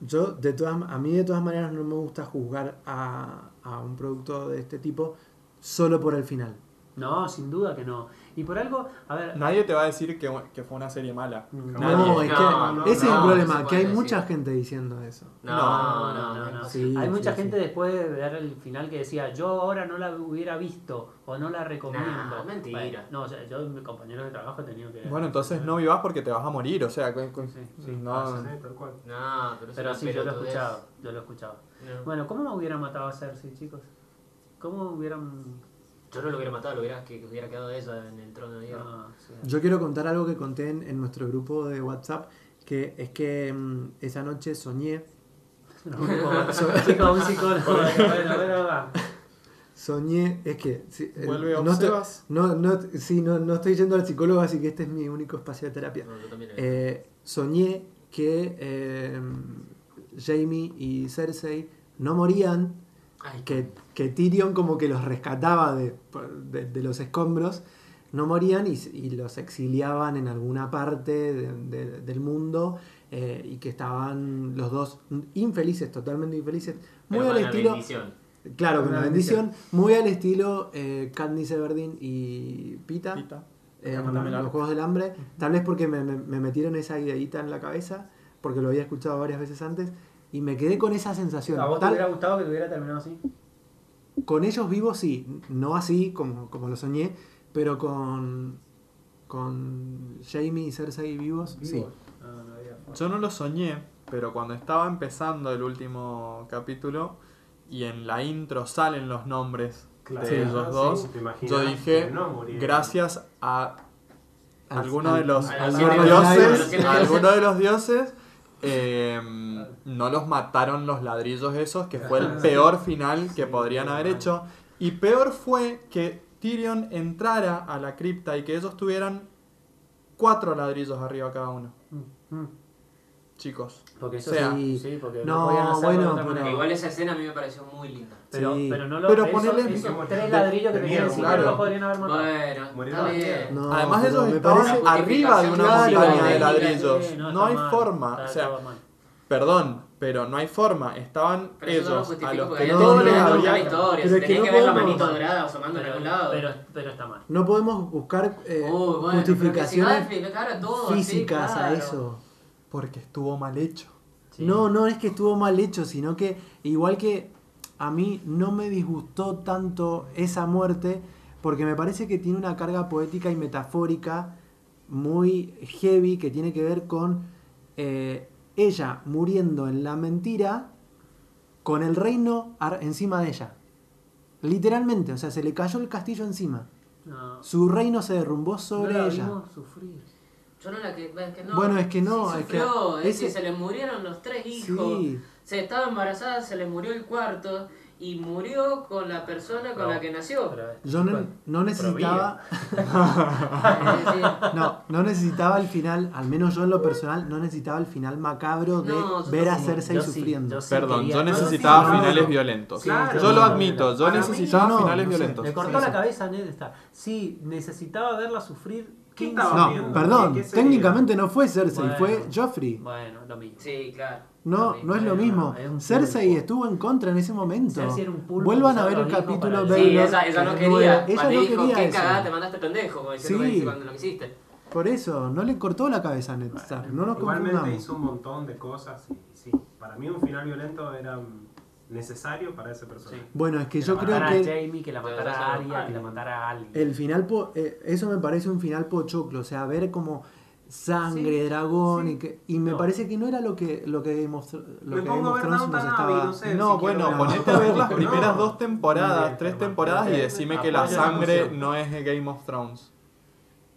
A: Yo, de todas, a mí de todas maneras no me gusta juzgar a, a un producto de este tipo solo por el final.
B: No, sin duda que no. Y por algo, a ver,
C: Nadie te va a decir que, que fue una serie mala.
A: Mm.
B: no,
E: Nadie.
A: No, es que
D: No, no,
A: ese es el
E: no,
A: problema,
D: no se
A: que hay
D: puede
A: mucha
D: decir.
A: gente diciendo eso.
D: No,
B: No,
D: no,
B: no, no. no.
A: Sí,
B: Hay
A: sí,
B: mucha
A: sí.
B: gente después de ver el final que decía, yo ahora no la hubiera visto o no la recomiendo.
D: Nah, mentira.
B: Bueno, no, o sea, yo mis compañeros de trabajo he tenido que...
C: Eh, Bueno, entonces no vivas porque te vas a morir. O sea, con- con-
B: Sí, sí.
C: no.
E: Sí, tal cual.
D: No, pero, es
B: Pero
D: una
B: sí, yo lo he
D: pelotudez.
B: escuchado, yo lo he escuchado.
D: No.
B: Bueno, ¿cómo me hubieran matado a Cersei, chicos? ¿Cómo hubieran...?
D: Yo no lo hubiera matado, lo hubiera, que hubiera quedado ella en el trono de hierro.
B: No, o sea,
A: Yo quiero contar algo que conté en, en nuestro grupo de WhatsApp, que es que mm, esa noche soñé,
B: no, como- chicos, un psicólogo. bueno, bueno, va.
A: soñé, es que... sí, eh,
C: Vuelve a
A: no estoy-
C: observas.
A: No, no, sí, no, no estoy yendo al psicólogo, así que este es mi único espacio de terapia.
D: No, yo también lo hubiera-
A: Eh, soñé que eh, Jamie y Cersei no morían,
D: Ay,
A: que, que Tyrion como que los rescataba de, de- de los escombros, no morían y, y los exiliaban en alguna parte de- de- del mundo eh, y que estaban los dos infelices, totalmente infelices, muy
D: pero
A: al
D: con la
A: estilo...
D: bendición.
A: Claro, con
F: Una
A: la bendición, muy al estilo eh, Katniss Everdeen y Pita
C: Pita.
A: en
E: Cámara
A: los
E: larga.
A: Juegos del Hambre. Tal vez porque me, me- me metieron esa ideita en la cabeza, porque lo había escuchado varias veces antes, y me quedé con esa sensación.
B: ¿A vos te
A: Tal-
B: hubiera gustado que te hubiera terminado así?
A: Con ellos vivos sí, no así como, como lo soñé, Pero con, con Jamie y Cersei vivos, sí.
F: Vivos.
B: No, no había forma.
C: Yo no lo soñé, pero cuando estaba empezando el último capítulo y en la intro salen los nombres de ellos
E: Ah,
C: dos,
E: te imaginas
C: yo dije,
E: que no murieron.
C: gracias a
A: Al-
C: alguno
A: al-
C: de los,
A: al-
D: a los
C: alguno
D: siete
C: de los
D: dioses.
C: dioses,
D: A los siete
C: alguno de los dioses, eh, no los mataron los ladrillos esos, que fue el peor final que podrían haber hecho. Y peor fue que Tyrion entrara a la cripta y que ellos tuvieran cuatro ladrillos arriba cada uno. Chicos.
B: Porque eso
C: O sea,
B: sí, sí, porque
A: no,
B: no, podían hacerlo
A: bueno,
B: de otra manera.
A: pero-
D: Igual esa escena a mí me pareció muy linda.
B: Pero,
A: Sí.
B: pero no lo
C: Pero
B: esos-
C: ponele-
B: esos tres ladrillos que
E: De
B: tenían
E: miedo,
B: encima
C: claro.
B: no los podrían haber matado.
D: Bueno, está
E: Murieron de
D: bien.
E: miedo.
A: No,
C: Además
A: pero
C: ellos
A: me
C: estaban
A: parece-
D: La
C: arriba de una
D: justificación
C: montaña de
D: claro.
C: ladrillos.
B: Sí,
C: No,
B: está
C: hay
B: mal,
C: forma.
B: está
C: O sea,
B: todo mal.
C: perdón, pero no hay forma. Estaban
D: Pero eso no lo
C: ellos a
D: justifico
C: los
D: porque
C: que
D: había
A: no,
C: todo
A: no,
C: les
A: no,
D: toda la
C: había...
D: historia.
A: Pero
D: Se
A: es
D: tenía
A: que
D: que
A: no
D: ver la
A: podemos-
D: manito dorada asomando en
B: Pero-
D: algún lado.
B: Pero, pero está mal.
A: No podemos buscar eh,
D: Uy, Oh, bueno,
A: justificaciones
D: pero que se va a explicar todo, sí,
A: físicas a
D: claro.
A: eso.
C: Porque estuvo mal hecho.
B: Sí.
A: No, no es que estuvo mal hecho, sino que igual que a mí no me disgustó tanto esa muerte, porque me parece que tiene una carga poética y metafórica muy heavy que tiene que ver con eh, ella muriendo en la mentira con el reino ar- encima de ella. Literalmente, o sea, se le cayó el castillo encima.
B: No.
A: Su reino se derrumbó sobre
B: No la
A: ella.
B: vimos sufrir.
D: Yo no la que. Es que no.
A: Bueno, es que no,
D: Sí
A: es que-
D: sufrió, es que
A: ese-
D: se le murieron los tres hijos.
A: Sí,
D: Se estaba embarazada, se le murió el cuarto. Y murió con la persona con
B: No.
D: la que nació.
B: Pero, eh,
A: yo no, no necesitaba...
D: Es decir,
A: No, no necesitaba el final, al menos yo en lo personal, no necesitaba el final macabro de
D: No, yo
A: ver a
D: sí,
A: Cersei
B: yo sí,
A: sufriendo.
B: yo sí
C: Perdón,
B: quería-
C: yo
B: no,
C: necesitaba
E: sí, no,
C: finales
E: no.
C: violentos.
E: Claro.
C: Yo lo
E: No, no,
C: admito, yo
E: Para mí
C: necesitaba
A: no,
C: finales
A: no sé.
C: violentos.
B: Le cortó
E: Sí,
B: la
E: sí.
B: cabeza a Ned Stark. Sí, necesitaba verla sufrir
E: ¿Qué
B: 15
E: estaba
A: No,
E: viendo?
A: perdón,
E: ¿Qué- qué sería?
A: técnicamente no fue Cersei,
B: Bueno.
A: fue Joffrey.
B: Bueno, lo mismo.
D: sí, claro.
A: No, no es lo
B: bueno,
A: mismo.
B: es un
A: Cersei
B: pulpo.
A: estuvo en contra en ese momento.
B: Cersei era un pulpo
A: Vuelvan a
B: usaba
A: ver
B: lo
A: el
B: mismo
A: capítulo
B: para-
A: de
D: Sí,
B: Baylor,
D: esa, esa no
A: que
D: quería.
A: Ella
D: Cuando
A: no
D: dijo,
A: quería
D: qué
A: eso.
D: cagada te mandaste pendejo, como diciendo
A: Sí.
D: cuando lo que hiciste.
A: Por eso, no le cortó la cabeza a Ned Stark, no nos
E: Igualmente hizo
A: confundamos.
E: un montón de cosas y sí, para mí un final violento era mm, necesario para ese personaje.
A: Bueno, es que
B: Que
A: yo
B: la
A: creo
B: matara
A: que
B: a Jamie, que la matara a Arya, que la matara a Ali.
A: el final, po- eh, eso me parece un final pochoclo, o sea, ver como sangre, dragón y que y me
B: No.
A: parece que no era lo que lo que demostró lo
E: Me
A: que
E: pongo a ver
A: Game of Thrones
E: Downton
A: nos
E: Abbey,
A: estaba
E: no sé.
C: Ah, No,
E: si
C: bueno,
E: quiero-
C: ponete a ver las
E: No.
C: primeras dos temporadas,
B: Sí,
C: tres
B: pero
C: temporadas y
B: bueno,
C: decime
B: apoyo
C: que la
B: la
C: sangre
B: función.
C: no es de Game of Thrones.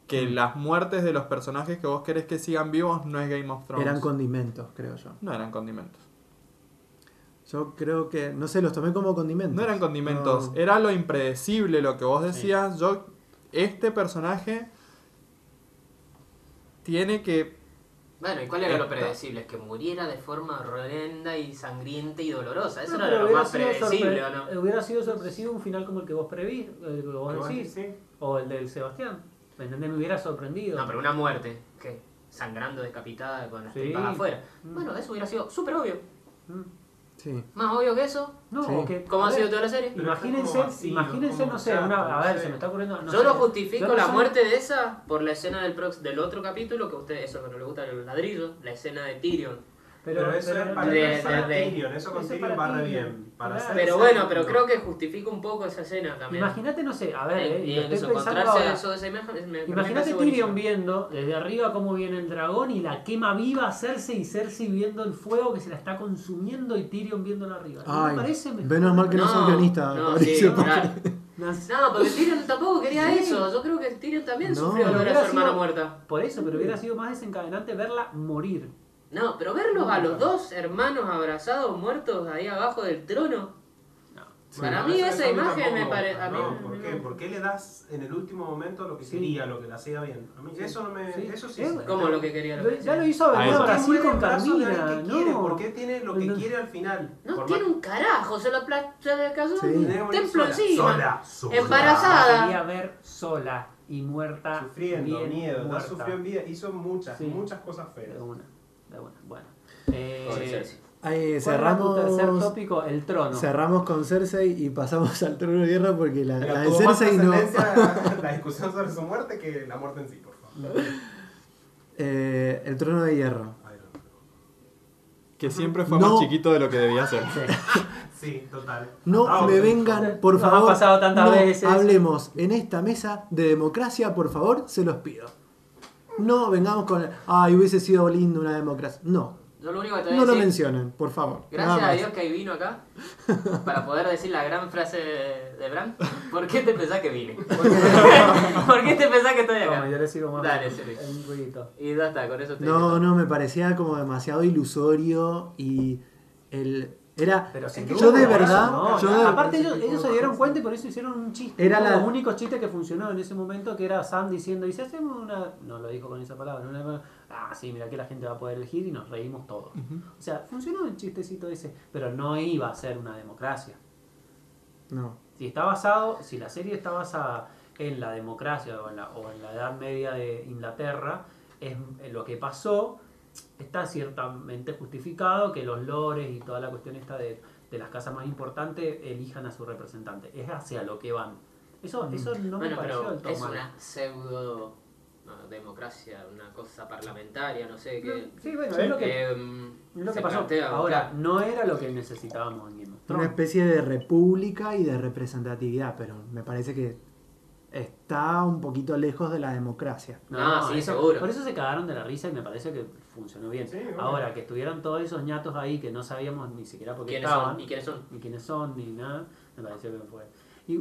C: Que las muertes de los personajes que vos querés que sigan vivos no es Game of Thrones.
A: Eran condimentos, creo yo.
C: No eran condimentos.
A: Yo creo que, no sé, los tomé como condimentos.
C: No eran condimentos,
A: No.
C: era lo impredecible lo que vos decías. Yo, este personaje tiene que.
D: Bueno, ¿y cuál era lo
C: Esta.
D: predecible? Que muriera de forma horrenda y sangrienta y dolorosa. Eso
B: No,
D: era
B: pero
D: lo
B: hubiera
D: más
B: sido
D: predecible, ¿o
B: sorpre-
D: no?
B: Hubiera sido sorpresivo un final como el que vos prevís, el que
E: Igual,
B: vos decís,
E: sí.
B: o el del Sebastián. ¿Me entendés? Me hubiera sorprendido.
D: No, pero una muerte. ¿Qué? Sangrando, decapitada, con las
B: eh, Sí.
D: tripas afuera.
B: Mm.
D: Bueno, eso hubiera sido súper obvio.
B: Mm.
A: Sí.
D: Más obvio que eso.
B: No,
A: Sí.
B: o que-
D: ¿Cómo
B: a
D: ha
B: ver,
D: sido toda la serie?
E: Pero
B: Imagínense,
E: está como vacío,
B: imagínense,
E: como
B: no sé,
E: chato,
B: una, a
E: no
B: ver,
E: sé.
B: se me está ocurriendo. no
D: Yo
B: sé.
D: no justifico
B: Yo no
D: la
B: sé.
D: muerte de esa por la escena del, prox- del otro capítulo, que a ustedes, eso que no les gusta los ladrillos, la escena de Tyrion.
E: Pero, eso es para,
D: de-
E: es para
D: de- de-
E: Tyrion, eso con
B: eso
E: Tyrion
B: para
E: va re
B: Tyrion,
E: bien. Para
B: claro.
E: Cersei,
D: Pero bueno, pero
E: no.
D: creo que justifica un poco esa escena también.
B: Imagínate, no sé, a ver, eh,
D: Eh,
B: y
D: y
B: lo
D: en
B: estoy
D: eso,
B: pensando
D: encontrarse
B: ahora.
D: eso de esa imagen, es- me- me
B: Imagínate
D: parece
B: Tyrion
D: buenísimo.
B: viendo desde arriba cómo viene el dragón y la quema viva a Cersei y Cersei viendo el fuego que se la está consumiendo y Tyrion viéndola arriba. ¿No
A: Ay,
B: me parece mejor?
A: menos mal que no son guionistas,
D: No,
A: Fabricio,
D: sí,
A: porque-
D: claro.
B: No,
D: No, porque Tyrion tampoco quería
B: Sí.
D: eso. Yo creo que Tyrion también
A: No.
D: sufrió de ver a
B: Hubiera
D: su hermana
B: sido-
D: muerta.
B: Por eso, pero hubiera sido más desencadenante verla morir.
D: No, pero verlos a los dos hermanos abrazados, muertos ahí abajo del trono.
B: No.
D: Para
E: Bueno,
D: mí
E: eso-
D: esa
E: eso a mí
D: imagen me
E: tampoco.
D: parece. a mí-
E: No, ¿por qué? ¿Por qué le das en el último momento lo que
B: Sí.
E: quería, lo que le hacía bien? A mí eso no me.
B: Sí.
E: Eso sí.
B: Eh,
E: sí.
D: ¿Cómo lo que quería? lo
B: Lo-
D: que
B: ya
D: quería?
B: lo hizo venir a
C: eso.
E: ¿Por qué
B: Brasil
E: muere
B: con
E: en brazos de alguien
B: Carmina.
E: que quiere?
B: No.
E: ¿Por qué tiene lo que
B: No.
E: quiere al final?
D: No
E: Por
D: tiene
E: más-
D: un carajo, se la plata le cayó
A: Sí.
D: un
E: Tiene que morir
D: templo
E: sola,
D: encima.
E: sola, sola.
B: La
D: Embarazada.
B: quería ver sola y muerta.
E: Sufriendo,
B: bien
E: miedo, no
B: muerta.
E: sufrió en vida, hizo muchas,
B: Sí.
E: muchas cosas feas.
B: De una, de una. Bueno.
D: Pobre
B: Eh,
D: Cersei.
A: Ahí
B: ¿cuál era tu tercer
A: cerramos,
B: tópico, el trono.
A: cerramos con Cersei y pasamos al trono de guerra porque la,
E: Pero
A: la de
E: tuvo más
A: Cersei no.
E: trascendencia la discusión sobre su muerte que la muerte en sí, por favor.
A: Eh, el trono de hierro.
E: Iron Man.
C: Que siempre fue
A: No.
C: más chiquito de lo que debía ser.
E: Sí, total.
A: No
E: Ah,
A: me
E: ok.
A: vengan, por
B: Nos ha
A: favor.
B: pasado tantas
A: no
B: veces.
A: Hablemos en esta mesa de democracia, por favor, se los pido. No vengamos con. Ay, hubiese sido lindo una democracia. No.
D: Yo lo único que te voy a
A: No lo
D: decir,
A: mencionen, por favor.
D: gracias
A: Nada
D: a
A: más.
D: Dios que hay vino acá, para poder decir la gran frase de, de Bran, ¿por qué te pensás que vine? ¿Por qué te pensás que estoy
B: Toma, yo
D: acá?
B: le sigo más.
D: Dale, Siri.
B: Un ruidito.
D: Y ya está, con eso te
A: No, no, me parecía como demasiado ilusorio y el. Era.
B: Pero sin
E: que
B: duda,
A: yo de
B: eso
A: verdad.
B: no.
A: yo de-
B: Aparte ellos, ellos se dieron cuenta y por eso hicieron un chiste.
A: Era
B: Uno de
A: la-
B: los únicos chistes que funcionó en ese momento que era Sam diciendo, y si hacemos una... No lo dijo con esa palabra, una... Ah, sí, mira que la gente va a poder elegir y nos reímos todos. O sea, funcionó el chistecito ese, pero no iba a ser una democracia.
A: No.
B: Si está basado, si la serie está basada en la democracia o en la, o en la Edad Media de Inglaterra, es eh, lo que pasó está ciertamente justificado que los lores y toda la cuestión esta de, de las casas más importantes elijan a su representante. Es hacia lo que van. Eso, eso no me
D: Bueno,
B: pareció
D: pero
B: del todo
D: es
B: mal.
D: una pseudo no, democracia, una cosa parlamentaria, no sé qué.
B: Sí, bueno, es lo que,
D: Em,
B: es lo que
D: se
B: pasó.
D: plantea,
B: Ahora, no era lo que necesitábamos en Game of
A: Una
B: Thrones.
A: especie de república y de representatividad, pero me parece que está un poquito lejos de la democracia.
D: Ah, sí, seguro.
B: Por eso se cagaron de la risa y me parece que funcionó bien.
E: Sí, obvio.
B: Ahora, que estuvieran todos esos ñatos ahí que no sabíamos ni siquiera por qué
D: ¿Quiénes
B: estaban,
D: son? ¿Y quiénes son?
B: ni quiénes son, ni nada, me pareció que fue. Y,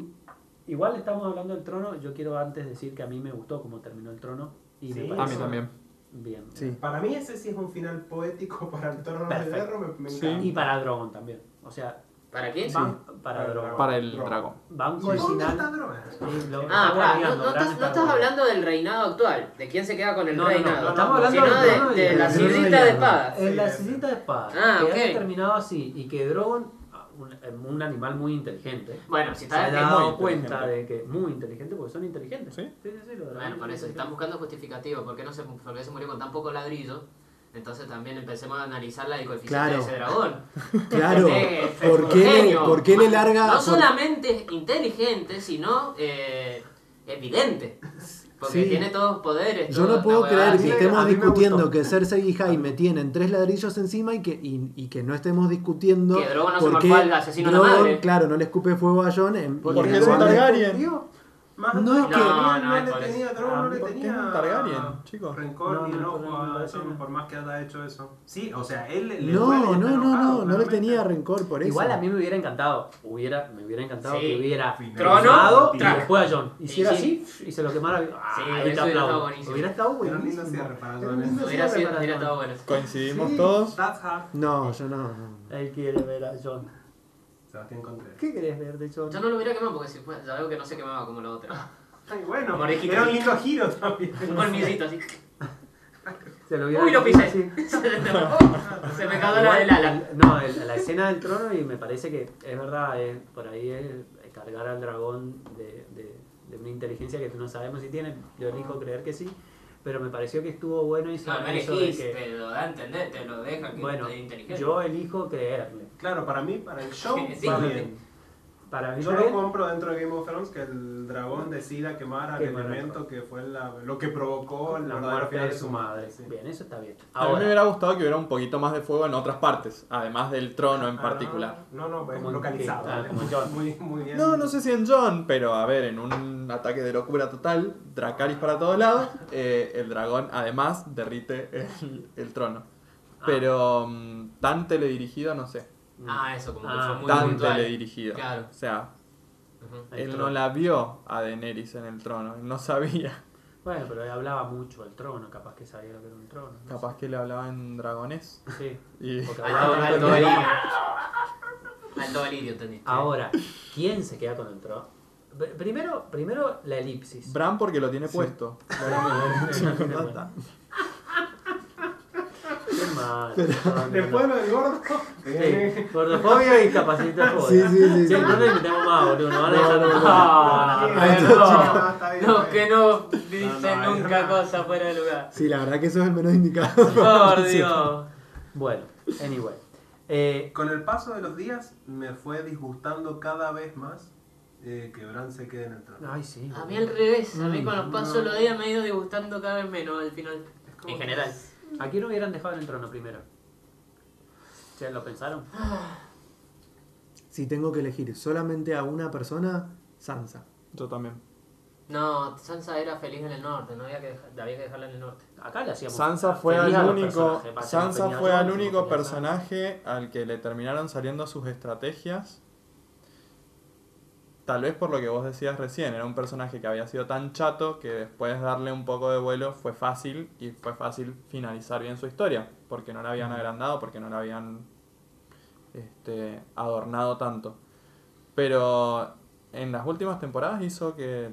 B: igual estamos hablando del trono, yo quiero antes decir que a mí me gustó cómo terminó el trono. Y me
E: Sí.
B: parece
C: A mí también.
B: Bien.
A: Sí.
E: Para mí ese sí es un final poético para el torno de
B: Perfecto.
E: hierro, me, me
C: Sí.
E: encanta.
B: Y para Drogon también. O sea,
D: ¿Para quién?
B: van para
E: Para
B: Drogon.
C: Para el dragón.
B: Van con
E: ¿Dónde
B: el
E: está
B: final.
E: Drogon?
B: Sí, lo-
D: Ah,
B: lo
D: pará, no,
B: guardando,
D: no
B: Bran
D: estás,
B: está
D: no estás
B: guardando.
D: hablando del reinado actual, de quién se queda con el
B: No, no, no,
D: reinado,
B: no, estamos
D: sino
B: hablando del trono y
D: de, de
B: del
D: la
B: trono
A: y
D: sillita de
A: hierro.
D: espada.
B: En
E: Sí,
B: la
E: es.
B: sillita de espada.
D: Ah,
B: que
D: ok.
B: haya terminado así y que Drogon, un, un animal muy inteligente,
D: Bueno, si
B: se ha
D: está
B: dado
C: muy
B: cuenta de
C: inteligente.
B: que muy inteligente porque son inteligentes.
C: ¿Sí?
B: sí, sí, los dragones
D: Bueno, por
B: son
D: eso, si están buscando justificativo, ¿por qué, no se, por qué se murió con tan poco ladrillo? Entonces también empecemos a analizar la del coeficiente
A: Claro.
D: de ese dragón.
A: Claro,
D: Porque es
A: ¿por
D: un
A: qué, le,
D: genio.
A: por qué le larga?
D: No
A: por-
D: solamente es inteligente, sino eh, evidente. Porque
A: Sí.
D: tiene todos los poderes.
A: Yo
D: toda
A: no
D: la
A: puedo
D: huevada.
A: creer
E: mí
A: que
E: me-
A: estemos
E: a mí me
A: discutiendo
E: gustó.
A: que Cersei y Jaime tienen tres ladrillos encima y que, y, y que no estemos discutiendo
D: Que Drogon no se
A: por
D: marcó
A: qué
D: al asesino a la
A: Drogon,
D: madre.
A: claro, no le escupe fuego a Jon. En,
C: ¿Por
A: y
C: qué
A: en
C: es un
A: Wanda-
C: Targaryen?
E: Tío, Más
A: No, es
E: Drogon
A: que-
D: No, no,
E: no,
D: es por
E: le tenía, Drogon
B: Ah,
E: no le
C: ¿por qué
E: tenía
C: es un Targaryen, chicos?
E: rencor
B: No,
E: ni
B: no,
E: enojo
B: no, no,
E: a
B: no,
E: Jon,
B: no.
E: por más que haya hecho eso. Sí, o sea, él le
A: No,
E: duele y
A: no,
E: está
A: no,
E: enojado,
A: no, no le
E: claramente.
A: tenía rencor por eso.
B: Igual a mí me hubiera encantado, hubiera, me hubiera encantado
D: Sí.
B: que hubiera
E: Final.
B: tronado y
E: Tra-
B: después a John. Hiciera
D: Y
B: así y se lo quemara. Ah,
D: Sí,
B: ahí te
D: eso hubiera
B: aplaudo.
D: estado buenísimo.
B: Hubiera estado
E: Era un
B: buenísimo.
E: lindo cierre para
B: Era un
E: Jon.
B: lindo
D: Hubiera
B: cierre
D: sido,
B: para
D: hubiera
B: Jon.
D: estado bueno.
C: Coincidimos
E: Sí,
C: todos.
E: That's half.
A: No, yo no. no.
B: Él quiere ver a John.
E: Sebastián Contreras.
B: ¿Qué querés ver de John?
D: Yo no lo hubiera quemado porque si fue- ya veo que no se quemaba como la otra.
E: Ay, bueno,
D: Morejitas.
E: era un lindo giro también.
D: Un colmillito así.
B: Se lo hubiera
D: Uy, lo
B: metido
D: pisé.
B: así.
D: se me cagó la del ala.
B: El- No, el- la escena del trono y me parece que es verdad, es- por ahí es cargar al dragón de, de- de una inteligencia que no sabemos si tiene, yo elijo creer que sí, pero me pareció que estuvo bueno eso,
D: No, no
B: eso de
D: elegís,
B: que,
D: te lo da a entender, te lo deja que
B: bueno,
D: es inteligente.
B: yo elijo creerle.
E: Claro, para mí, para el show,
D: Sí,
E: va
D: sí.
E: bien.
B: Para mí
E: Yo
B: está
E: lo
B: bien.
E: compro dentro de Game of Thrones que el dragón decida quemar al
B: Quemar al
E: elemento que fue la- lo que provocó el
B: la
E: verdadero
B: muerte
E: final
B: de su madre.
E: Sí.
B: Bien, eso está bien.
C: a mí me
B: Ahora,
C: hubiera gustado que hubiera un poquito más de fuego en otras partes, además del trono en
E: Ah,
C: particular.
E: No, no, pues,
B: Como en
E: localizado.
B: Kate, ah,
E: ¿vale?
B: como en John.
E: Muy, muy bien.
C: No, no sé si en John, pero a ver, en un ataque de locura total, Dracaris para todos lados, eh, el dragón además derrite el, el trono. Pero mm, tan teledirigido, no sé.
D: Ah, eso, como
B: Ah,
D: que fue muy
C: tan
D: puntual.
C: teledirigido.
D: Claro.
C: O sea,
D: Ujú.
B: El
C: él no
B: trono.
C: la vio a Daenerys en el trono, no sabía.
B: bueno, pero él hablaba mucho del trono, capaz que sabía lo que era un trono. no
C: Capaz que le hablaba en dragones.
B: sé. Sí,
C: Y...
B: porque
D: Alto,
B: hablaba
D: alto
B: tanto de-
D: delirio. Alto delirio, entendiste.
B: Ahora, ¿quién se queda con el trono? Pr- Primero, primero la elipsis.
C: Bran porque lo tiene puesto.
B: Qué mal. perdón,
E: Después
B: perdón.
E: lo del gordo.
B: Sí, gordofobia y
A: Sí,
B: capacitafobia.
A: sí, sí. sí.
B: no le invitamos más, boludo. Nos van a
A: No,
B: dejar.
A: no, no.
B: Ah, perdón.
E: No, está bien,
D: Los
E: está
D: que
E: bien.
D: no dicen
E: no, es
D: nunca
E: verdad.
D: cosas fuera de lugar.
A: Sí, la verdad que eso es el menos indicado.
D: Por Dios.
B: Bueno, anyway. Eh,
E: Con el paso de los días me fue disgustando cada vez más eh, que Bran se quede en el trono.
B: ay, sí.
D: A
B: boludo.
D: mí al revés, a mí con los
E: Mm,
D: pasos
E: no.
D: de los días me ha ido disgustando cada vez menos al final.
E: Es como
D: En
E: que-
D: general.
B: ¿A quién hubieran dejado en el trono primero? ¿Se lo pensaron?
A: Si si tengo que elegir solamente a una persona, Sansa.
C: Yo también.
D: No, Sansa era feliz en el norte, no había que, dejar- había que dejarla en el norte.
B: Acá le hacíamos.
C: Sansa fue
B: ah, Tenía
C: al
B: los
C: único,
B: personajes, pasemos
C: Sansa
B: Peña
C: fue
B: Jones,
C: al
B: pasemos
C: único
B: Peña
C: personaje al que le terminaron saliendo sus estrategias. Tal vez por lo que vos decías recién, era un personaje que había sido tan chato que después darle un poco de vuelo fue fácil y fue fácil finalizar bien su historia, porque no la habían agrandado, porque no la habían este, adornado tanto. Pero en las últimas temporadas hizo que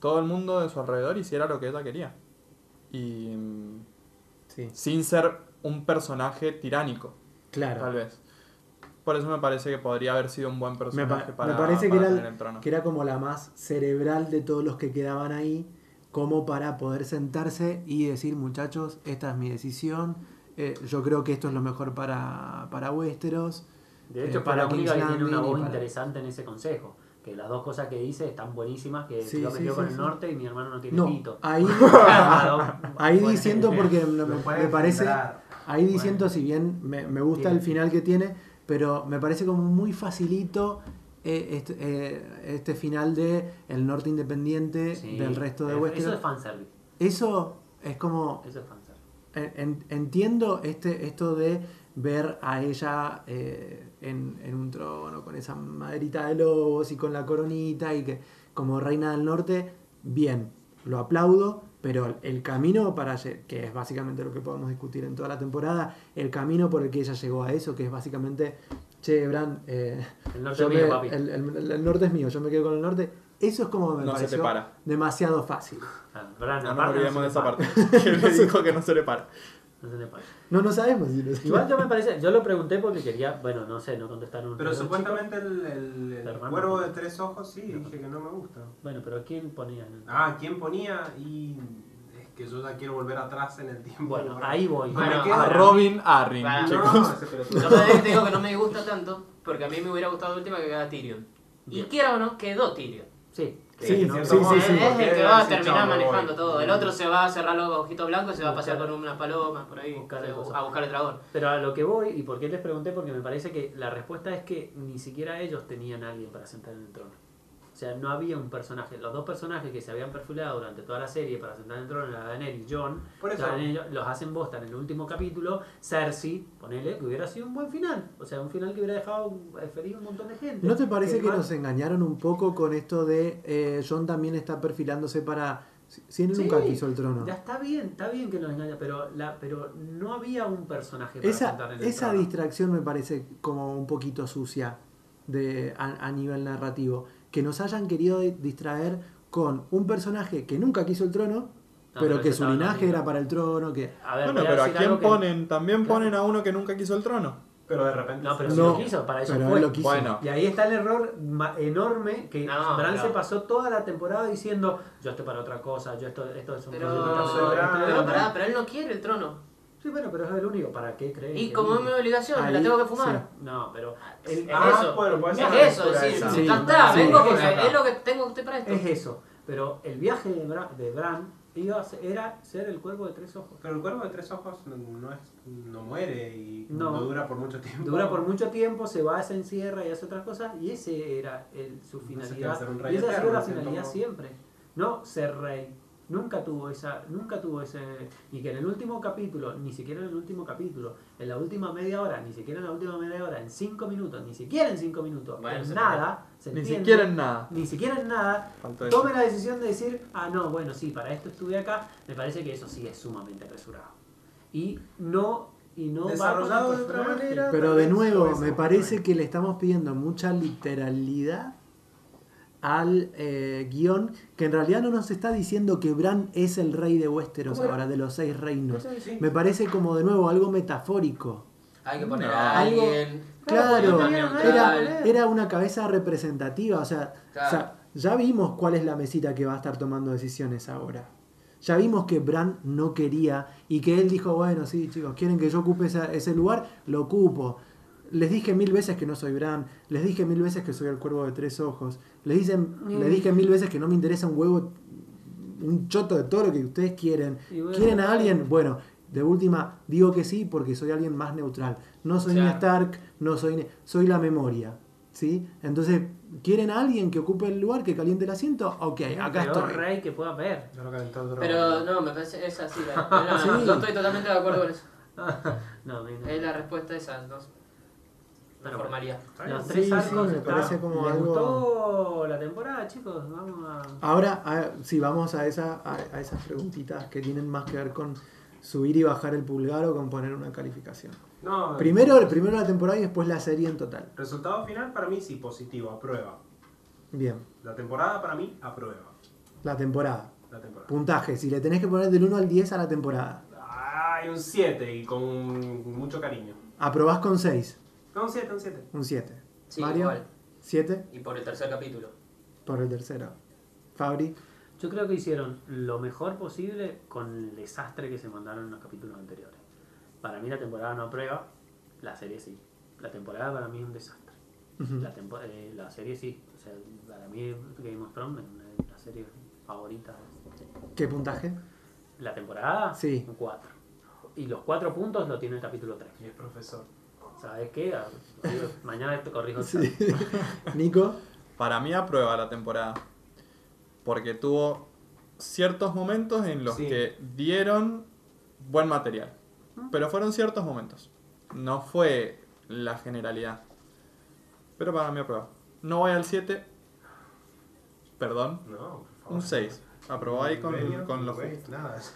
C: todo el mundo de su alrededor hiciera lo que ella quería. Y mm,
A: Sí.
C: sin ser un personaje tiránico, tal
A: Claro.
C: vez. Por eso me parece que podría haber sido un buen
A: Me, pa-
C: personaje
A: me
C: para,
A: parece que
C: para
A: era, el-
C: tener en trono.
A: que era como la más cerebral de todos los que quedaban ahí, como para poder sentarse y decir, muchachos, esta es mi decisión, eh, yo creo que esto es lo mejor para, para Westeros.
B: De hecho,
A: Eh,
B: para
A: para
B: la única que
A: King's
B: tiene una
A: Landing y
B: voz
A: para-
B: interesante en ese consejo. Que las dos cosas que dice están buenísimas, que
A: Sí,
B: yo
A: sí,
B: me dio
A: sí,
B: con
A: sí.
B: el norte y mi hermano no tiene
A: No,
B: pito.
A: ahí, ahí
B: Bueno,
A: diciendo porque me,
E: Lo
A: me
E: pueden
A: parece,
E: filtrar.
A: ahí diciendo si bien me, me gusta
B: Bien.
A: el final que tiene, pero me parece como muy facilito eh, este, eh, este final de el norte independiente
B: Sí.
A: del resto de
B: Eh, Eso
A: Westeros.
B: es fanservice.
A: Eso es como
B: Eso es fanservice.
A: en- en- entiendo este esto de ver a ella eh, en, en un trono con esa maderita de lobos y con la coronita y que como reina del norte bien lo aplaudo pero el camino para lle- que es básicamente lo que podemos discutir en toda la temporada el camino por el que ella llegó a eso que es básicamente che Bran eh,
B: El norte
A: yo
B: es mío,
A: me-
B: papi.
A: el, el- el norte es mío yo me quedo con el norte eso es como me
C: No se
A: pareció
C: te para.
A: demasiado fácil
B: Ah, Bran,
C: No nos
B: aparte,
C: olvidemos
B: se
C: de
B: le
C: esa
B: para.
C: parte. Que le dijo que no se le para.
B: No se le para.
A: no no sabemos si lo-
B: Igual yo me parece, yo lo pregunté porque quería, bueno, no sé, no contestaron.
E: Pero
B: los chicos.
E: supuestamente el, el- el
B: La hermana.
E: cuervo de tres ojos, sí,
B: Ajá.
E: dije que no me gusta.
B: Bueno, pero ¿quién ponía? en el-
E: Ah, ¿quién ponía? Y es que yo ya quiero volver atrás en el tiempo.
B: Bueno,
E: Para-
B: ahí voy.
E: Bueno,
D: Bueno,
E: ¿qué?
C: A
E: Para-
C: Robin Arryn,
D: Para-
E: No,
C: chicos.
E: ese
D: Yo
E: pelotudo.
D: te digo que no me gusta tanto, porque a mí me hubiera gustado de última que quedara Tyrion. Y
B: Bien.
D: quiera o no, quedó Tyrion.
B: Sí.
A: Sí,
E: ¿no?
A: sí,
E: Como
A: sí,
D: Es
A: sí.
E: porque
D: el que
E: él
D: va a
E: dice,
D: terminar
E: "Chao, me voy".
D: manejando todo. El otro se va a cerrar los ojitos blancos y se va a pasear
B: Buscar-
D: con una paloma por ahí
B: Buscar el coso.
D: a buscar el dragón.
B: Pero a lo que voy, y por qué les pregunté, porque me parece que la respuesta es que ni siquiera ellos tenían a alguien para sentar en el trono. O sea, no había un personaje. Los dos personajes que se habían perfilado durante toda la serie para sentar en el trono, la Daenerys y Jon,
E: Por eso.
B: estaban ellos- los hacen bosta en el último capítulo. Cersei, ponele, que hubiera sido un buen final. O sea, un final que hubiera dejado eh, feliz un montón de gente.
A: ¿No te parece que
B: más-
A: nos engañaron un poco con esto de eh, John también está perfilándose para... Si si él
B: Sí,
A: nunca quiso el trono.
B: Ya está bien, está bien que nos engaña, pero, la, pero no había un personaje para sentar
A: Esa,
B: en el
A: esa
B: trono.
A: distracción me parece como un poquito sucia de, a, a nivel narrativo. Que nos hayan querido di- distraer con un personaje que nunca quiso el trono, pero
B: pero
A: que
B: eso
A: su
B: estaba en la
A: linaje
B: vida.
A: era para el trono, que...
B: A ver, voy
C: Bueno,
B: a
C: pero ¿a
B: decir
C: quién
B: algo que-
C: ponen? También
B: Claro.
C: ponen a uno que nunca quiso el trono.
E: Pero de repente.
B: No, pero
E: sí.
B: si lo quiso, para eso
A: pero
B: fue.
A: él lo quiso.
C: Bueno.
B: Y ahí está el error ma- enorme que
D: No,
B: Bran
D: pero-
B: se pasó toda la temporada diciendo yo estoy para otra cosa, yo esto, esto es un
D: Pero,
B: proyecto,
E: soy
B: esto es
E: Bran.
D: pero
B: otro".
D: pará, pero él no quiere el trono.
B: Sí, bueno, pero es el único, ¿para qué crees?
D: Y
B: que
D: como es
B: vive?
D: mi obligación, me la
A: Ahí,
D: tengo que fumar.
B: No, pero el-
D: Es
E: Ah,
D: eso.
E: bueno, puede
D: Es
E: ser.
D: eso,
E: una
D: es decir,
E: lectura
A: Sí.
D: ya está,
A: Sí.
D: vengo porque
E: Ajá.
D: es lo que tengo, estoy para esto.
B: pues, es eso. Pero el viaje de Bra- de Bran, iba a ser- era ser el cuervo de tres ojos.
E: Pero el cuervo de tres ojos no, no es, no muere y
B: No.
E: no. dura por mucho tiempo.
B: Dura por mucho tiempo, se va, se encierra y hace otras cosas, y ese era el- su
E: Entonces,
B: finalidad.
E: debe ser
B: y
E: un rey
B: esa ha sido
E: eterno,
B: la
E: si
B: finalidad
E: no-
B: siempre. No ser rey. Nunca tuvo esa, nunca tuvo ese. Y que en el último capítulo, ni siquiera en el último capítulo, en la última media hora, ni siquiera en la última media hora, en cinco minutos, ni siquiera en cinco minutos,
D: Bueno,
B: en
D: se
B: nada, se
C: Ni
B: entiende,
C: siquiera en nada.
B: ni siquiera en nada,
C: Faltó eso.
B: tome la decisión de decir, ah, no, bueno, sí, para esto estuve acá, me parece que eso sí es sumamente apresurado. Y no, y no va
E: Desarrollado
B: con el
E: de otra
B: personaje.
E: manera.
A: Pero de nuevo,
E: Eso,
A: me
E: eso.
A: parece que le estamos pidiendo mucha literalidad al eh, guión, que en realidad no nos está diciendo que Bran es el rey de Westeros
B: ¿Cómo era?
A: ahora, de los seis reinos.
E: Sí.
A: Me parece como de nuevo algo metafórico.
D: Hay que poner
C: No.
D: a
A: Algo-
D: alguien.
A: Claro,
D: porque no tenían a nadie
A: era, era una cabeza representativa, o sea,
D: Claro.
A: o sea, ya vimos cuál es la mesita que va a estar tomando decisiones ahora. Ya vimos que Bran no quería y que él dijo, bueno, sí, chicos, quieren que yo ocupe esa- ese lugar, lo ocupo. Les dije mil veces que no soy Bran, les dije mil veces que soy el cuervo de tres ojos, les, dicen,
B: Mm.
A: les dije mil veces que no me interesa un huevo, un choto de todo lo que ustedes quieren.
B: Y bueno.
A: ¿Quieren a alguien? Bueno, de última, digo que sí porque soy alguien más neutral. No soy ni
D: Claro.
A: Stark, no soy ni- soy la memoria. ¿sí? Entonces, ¿quieren a alguien que ocupe el lugar, que caliente el asiento? Ok, Eh, acá
B: Peor
A: estoy.
B: rey que pueda ver.
E: No lo calentó otro.
D: Pero no, me parece es así. la- no, no, no,
A: Sí.
D: Yo estoy totalmente de acuerdo con eso.
B: No, a mí no.
D: Es la respuesta esa, entonces. La
B: Pero bueno.
D: formalidad.
E: Está bien.
B: Los tres
A: Sí,
B: arcos
A: sí, me
B: está-
A: parece como
B: ¿les
A: algo-
B: gustó la temporada, chicos. Vamos a.
A: Ahora, a- sí, vamos a, esa, a, a esas preguntitas que tienen más que ver con subir y bajar el pulgar o con poner una calificación.
E: No,
A: Primero, primero la temporada y después la serie en total.
E: Resultado final para mí sí, positivo, aprueba.
A: Bien,
E: La temporada para mí, aprueba.
A: la temporada.
E: La temporada.
A: Puntaje, si le tenés que poner del 1 al 10 a la temporada.
E: Hay un 7 y con mucho cariño.
A: Aprobás con 6,
E: No, un 7, un 7.
A: un 7.
D: Sí,
A: Mario,
D: igual.
A: 7
D: Y por el tercer capítulo.
A: por el tercero. Fabri,
B: Yo creo que hicieron lo mejor posible con el desastre que se mandaron en los capítulos anteriores. Para mí la temporada no aprueba, la serie sí. La temporada para mí es un desastre.
A: Ujú.
B: La, tempo- eh, la serie sí. O sea, para mí Game of Thrones es una de las series favoritas.
A: ¿qué puntaje?
B: La temporada,
A: Sí.
B: un 4. Y los cuatro puntos lo tiene el capítulo 3.
E: Y es profesor.
B: ¿Sabes qué? A- Mañana te corrijo. el
A: Sí. Nico,
C: Para mí aprueba la temporada. Porque tuvo ciertos momentos en los
E: Sí.
C: que dieron buen material. Pero fueron ciertos momentos. No fue la generalidad. Pero para mí aprueba. No voy al 7. Perdón.
E: No, por favor.
C: Un 6. Aprobó ahí con,
E: Medio,
C: con los...
E: güey, pues, Nada, eso.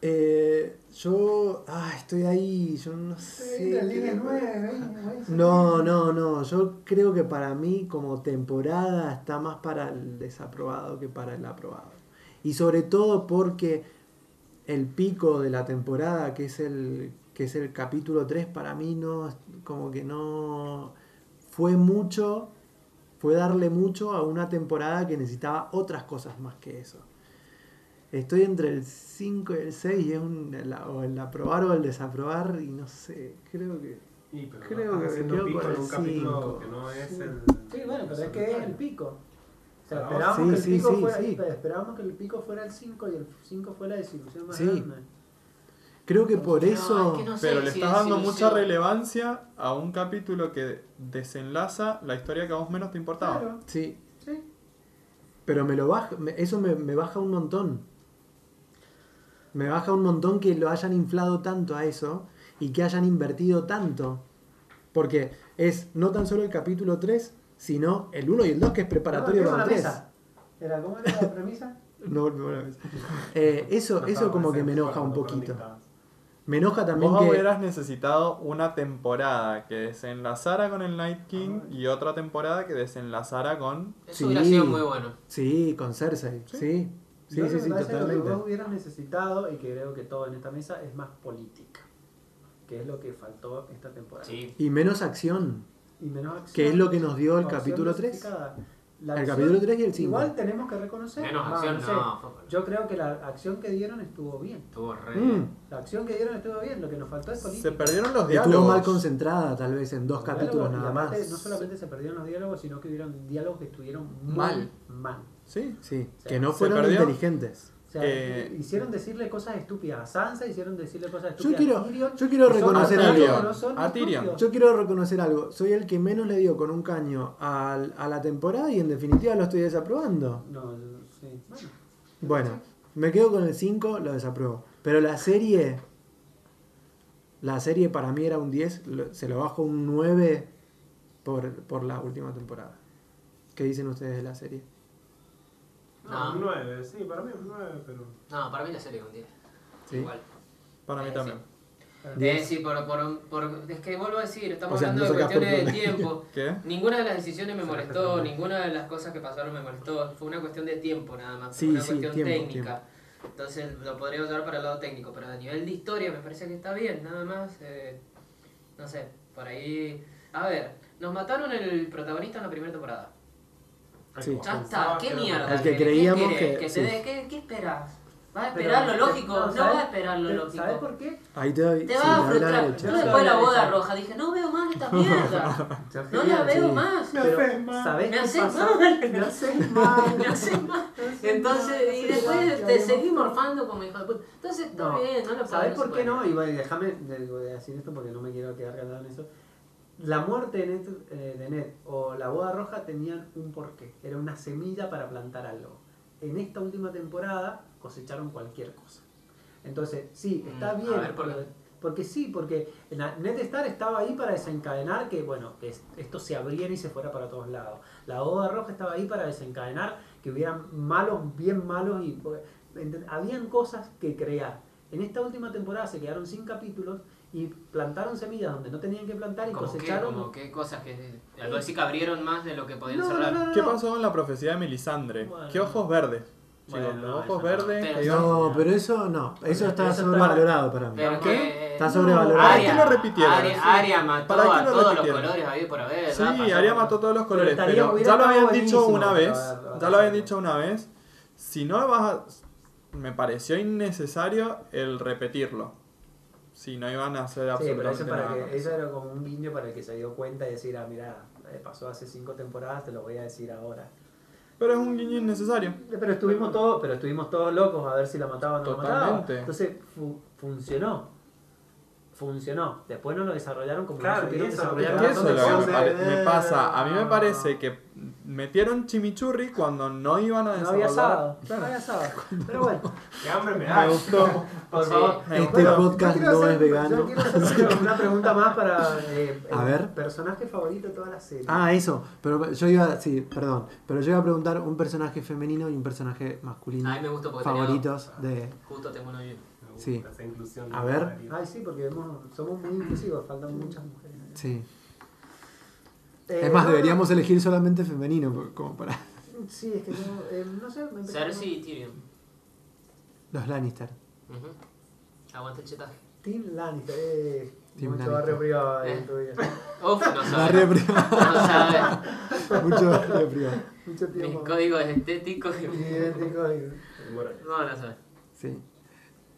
A: eh, yo ah, estoy ahí, yo no sé.
F: la
A: qué-
F: línea nueve, ahí, ahí.
A: No, no, no. Yo creo que para mí, como temporada, está más para el desaprobado que para el aprobado. Y sobre todo porque el pico de la temporada, que es el, que es el capítulo 3, para mí no, como que no fue mucho, fue darle mucho a una temporada que necesitaba otras cosas más que eso. Estoy entre el 5 y el 6 y es un, la- o el aprobar o el desaprobar y no sé, creo que...
E: Y, pero
A: Creo
E: estás
A: que
E: haciendo
A: quedó
E: pico
A: por
E: en
A: el
E: un capítulo
A: cinco.
E: que no es el.
F: Sí, bueno, pero es que es el pico. O sea,
E: Pero
F: esperábamos,
A: sí,
F: que el
A: sí,
F: pico
A: sí,
F: fuera,
A: sí.
F: esperábamos que el pico fuera el 5 y el 5 fue la desilusión más
A: Sí.
F: grande.
A: Creo que por
D: No,
A: eso...
D: es que no sé
C: Pero le
D: si
C: estás dando
D: desilusión.
C: mucha relevancia a un capítulo que desenlaza la historia que a vos menos te importaba.
F: Claro,
A: Sí,
F: sí.
A: Pero me lo baja, me- eso me, me baja un montón. Me baja un montón que lo hayan inflado tanto a eso y que hayan invertido tanto. Porque es no tan solo el capítulo 3, sino el 1 y el 2 que es preparatorio
F: No,
A: para el 3.
F: mesa. Era, ¿Cómo era la premisa?
A: No, no, no, es- eh, eso eso como que me enoja un poquito. Me enoja también
C: Vos
A: que...
C: hubieras necesitado una temporada que desenlazara con el Night King y otra temporada que desenlazara con...
D: Eso
A: Sí.
D: hubiera sido muy bueno.
A: Sí, con Cersei. Sí, sí, sí,
F: Yo
A: sí,
F: me parece que Lo que vos
A: totalmente.
F: hubieras necesitado, y que creo que todo en esta mesa, es más política. Que es lo que faltó esta temporada.
D: Sí.
A: Y menos acción,
F: Y menos acción.
A: que es lo que nos dio el
F: Acción
A: capítulo 3.
F: justificada. La
A: El
F: acción-
A: capítulo 3 y el 5.
F: Igual tenemos que reconocer.
D: Menos
F: va,
D: acción,
F: no sé,
D: no. fue por-
F: Yo creo que la acción que dieron estuvo bien.
D: Estuvo re.
A: Mm.
F: La acción que dieron estuvo bien, lo que nos faltó es política.
C: Se perdieron los
A: Estuvo mal
C: diálogos.
A: concentrada, tal vez, en dos
F: Los
A: capítulos
F: diálogos, y
A: nada
F: aparte,
A: más.
F: No solamente se perdieron los diálogos, sino que hubieron diálogos que estuvieron muy
C: Mal.
F: Mal.
C: Sí.
A: Sí,
F: sea,
A: que no
C: se
A: fueron
C: perdió.
A: inteligentes.
F: O sea,
C: Eh,
F: hicieron decirle cosas estúpidas a Sansa, hicieron decirle cosas
A: Yo
F: estúpidas a
A: quiero,
F: Tyrion.
A: yo quiero
F: que son
A: reconocer
C: a
F: actores
A: algo.
C: Tyrion.
F: que no son
C: A Tyrion.
F: estúpidos.
A: Yo quiero reconocer algo. Soy el que menos le dio con un caño al- a, la temporada y en definitiva lo estoy desaprobando.
F: No, yo- sí, bueno.
A: Bueno, me quedo con el 5, lo desapruebo. Pero la serie, la serie para mí era un 10, lo- se lo bajo un 9 por, por la última temporada. ¿Qué dicen ustedes de la serie?
E: No,
D: No.
E: un 9, sí, para mí es un 9, pero.
D: No, para mí la serie es un 10.
A: ¿Sí?
D: Igual.
C: Para mí
D: Eh,
C: también.
D: Eh, sí, por, por, por- es que vuelvo a decir, estamos
A: O sea,
D: hablando
A: no
D: de
A: sacás por
D: cuestiones de tiempo.
C: ¿Qué?
D: Ninguna de las decisiones me molestó, ninguna de las cosas que pasaron me molestó. Fue una cuestión de tiempo nada más,
A: Sí,
D: fue una
A: sí,
D: cuestión
A: tiempo,
D: técnica. Entonces lo podría usar para el lado técnico, pero a nivel de historia me parece que está bien, nada más. eh, no sé, por ahí. A ver, nos mataron el protagonista en la primera temporada.
A: Sí.
E: Ay,
D: Ya está,
E: pensaba
D: qué
E: que era-
D: mierda.
A: El que
D: ¿Qué
A: creíamos que-
D: querés? te
A: sí.
D: dé- ¿qué, qué esperas? ¿Vas a
F: Pero-
D: esperar lo lógico?
F: no,
D: No,
F: ¿sabes?
D: vas a esperar
B: Eh,
D: lo lógico.
F: ¿Sabes por qué?
A: Ahí te doy.
D: Te
A: sí,
D: vas a
A: te doy la
D: frustrar.
A: derecha.
D: Yo después de la boda roja dije, no veo más esta mierda. No la veo
A: Sí.
D: más.
E: Me
F: Pero,
E: haces mal.
F: ¿Sabés
D: Me
F: qué
D: haces
F: pasa?
D: mal.
F: Me haces
D: Me haces mal.
F: mal. Me haces mal.
D: Entonces, y
F: Me haces mal,
D: después
F: que
D: te
F: habíamos-
D: seguís morfando como hijo de puta. Entonces, está
F: No.
D: bien, no lo
F: ¿Sabes
D: podemos
F: por qué
D: superar.
F: no? Y bueno, déjame de- voy a decir esto porque no me quiero quedar callado en eso.
B: la muerte de Ned, eh, de Ned o la boda roja tenían un porqué. Era una semilla para plantar algo. En esta última temporada cosecharon cualquier cosa. Entonces, sí, está
D: Mm, a
B: bien.
D: ver, ¿por qué?
B: pero- Porque sí, porque en la- Ned Star estaba ahí para desencadenar que, bueno, que es- esto se abriera y se fuera para todos lados. La boda roja estaba ahí para desencadenar que hubieran malos, bien malos y... porque, enten- Habían cosas que crear. En esta última temporada se quedaron sin capítulos y plantaron semillas donde no tenían que plantar y
D: Como que,
B: cosecharon.
D: como que cosas que. Algo así que abrieron más de lo que podían
B: No, no,
D: cerrar.
B: no, no,
C: ¿Qué
B: no.
C: pasó con la profecía de Melisandre?
B: Bueno.
C: ¿Qué ojos verdes? Chicos,
B: Bueno,
C: los
B: eso
C: ojos
B: no.
C: verdes.
D: Pero
C: que
D: eso-
C: iban-
A: No, pero eso no. Eso está Ah,
B: Eso está-
A: sobrevalorado para mí.
D: Pero
C: ¿Qué?
D: que-
A: Está
C: sobrevalorado. ¿Por
D: Aria-
C: qué lo repitieron?
D: Aria,
C: Sí.
D: Aria mató
C: ¿Para qué lo
D: a todos los
C: repitieron?
D: colores, había por haber.
C: Sí,
D: ¿verdad? Pasó
C: Aria
D: por-
C: mató todos los colores,
B: estaría-
C: pero,
B: hubiera
C: ya lo habían
B: estado
C: dicho
B: buenísimo,
C: una
B: pero
C: vez,
B: a ver, a
C: ya
B: ver,
C: lo habían
B: a ver.
C: dicho una vez, si no vas a- me pareció innecesario el repetirlo. Si no iban a hacer
B: Sí, pero
C: absolutamente
B: eso, para
C: nada.
B: que, eso era como un guiño para el que se dio cuenta y decir, ah, mira, pasó hace cinco temporadas, te lo voy a decir ahora.
C: Pero es un guiño innecesario.
B: Pero estuvimos todos, pero estuvimos todos locos a ver si la mataban o no la mataban.
C: Totalmente.
B: Entonces fu- funcionó. Funcionó. Después no lo desarrollaron como
E: Claro,
B: no supieron
E: y eso-
C: Es
B: desarrollar
C: que
E: Pero
C: eso
E: no
C: es
E: te
C: lo que me,
E: puse-
C: pare- me pasa. A mí me parece que metieron chimichurri cuando no iban a
B: No había asado.
C: desarrollar.
B: No había asado. Pero bueno,
E: Qué hambre me da.
C: Me gustó.
B: por
D: Sí.
B: favor.
C: Me
A: Este
C: gustó.
A: podcast
F: yo
A: no
F: quiero hacer-
A: es vegano.
F: yo quiero hacer-
B: Una pregunta más para eh,
A: A
B: el
A: ver.
B: personaje favorito de toda la serie.
A: Ah, eso. Pero yo iba, sí, perdón. Pero yo iba a preguntar un personaje femenino y un personaje masculino.
D: A mí me gustó porque tenía-
A: favoritos de.
D: Justo tengo uno yo.
E: Me gusta
A: Sí.
E: esa inclusión
A: A ver.
E: variedad.
B: Ay, sí, porque vemos- somos muy inclusivos, faltan muchas mujeres.
A: Sí.
B: Eh,
A: Es más,
B: no,
A: deberíamos elegir solamente femenino, porque como para
B: no, Sí, es que no, eh, no sé. Me empezó-
D: Cersei y Tyrion.
A: los Lannister.
D: Ujú. Aguanta el chetaje.
B: Team Lannister, eh.
A: Team
B: mucho
A: Lannister.
B: barrio privado
D: Eh.
B: en tu vida.
D: Uf, no
A: Barrio
D: sabe.
A: privado.
D: No sabe.
A: Mucho barrio privado.
B: Mucho
D: Mis
B: tiempo.
D: códigos estéticos.
B: Y idéntico y-
E: Bueno,
D: No, no sabe.
A: Sí.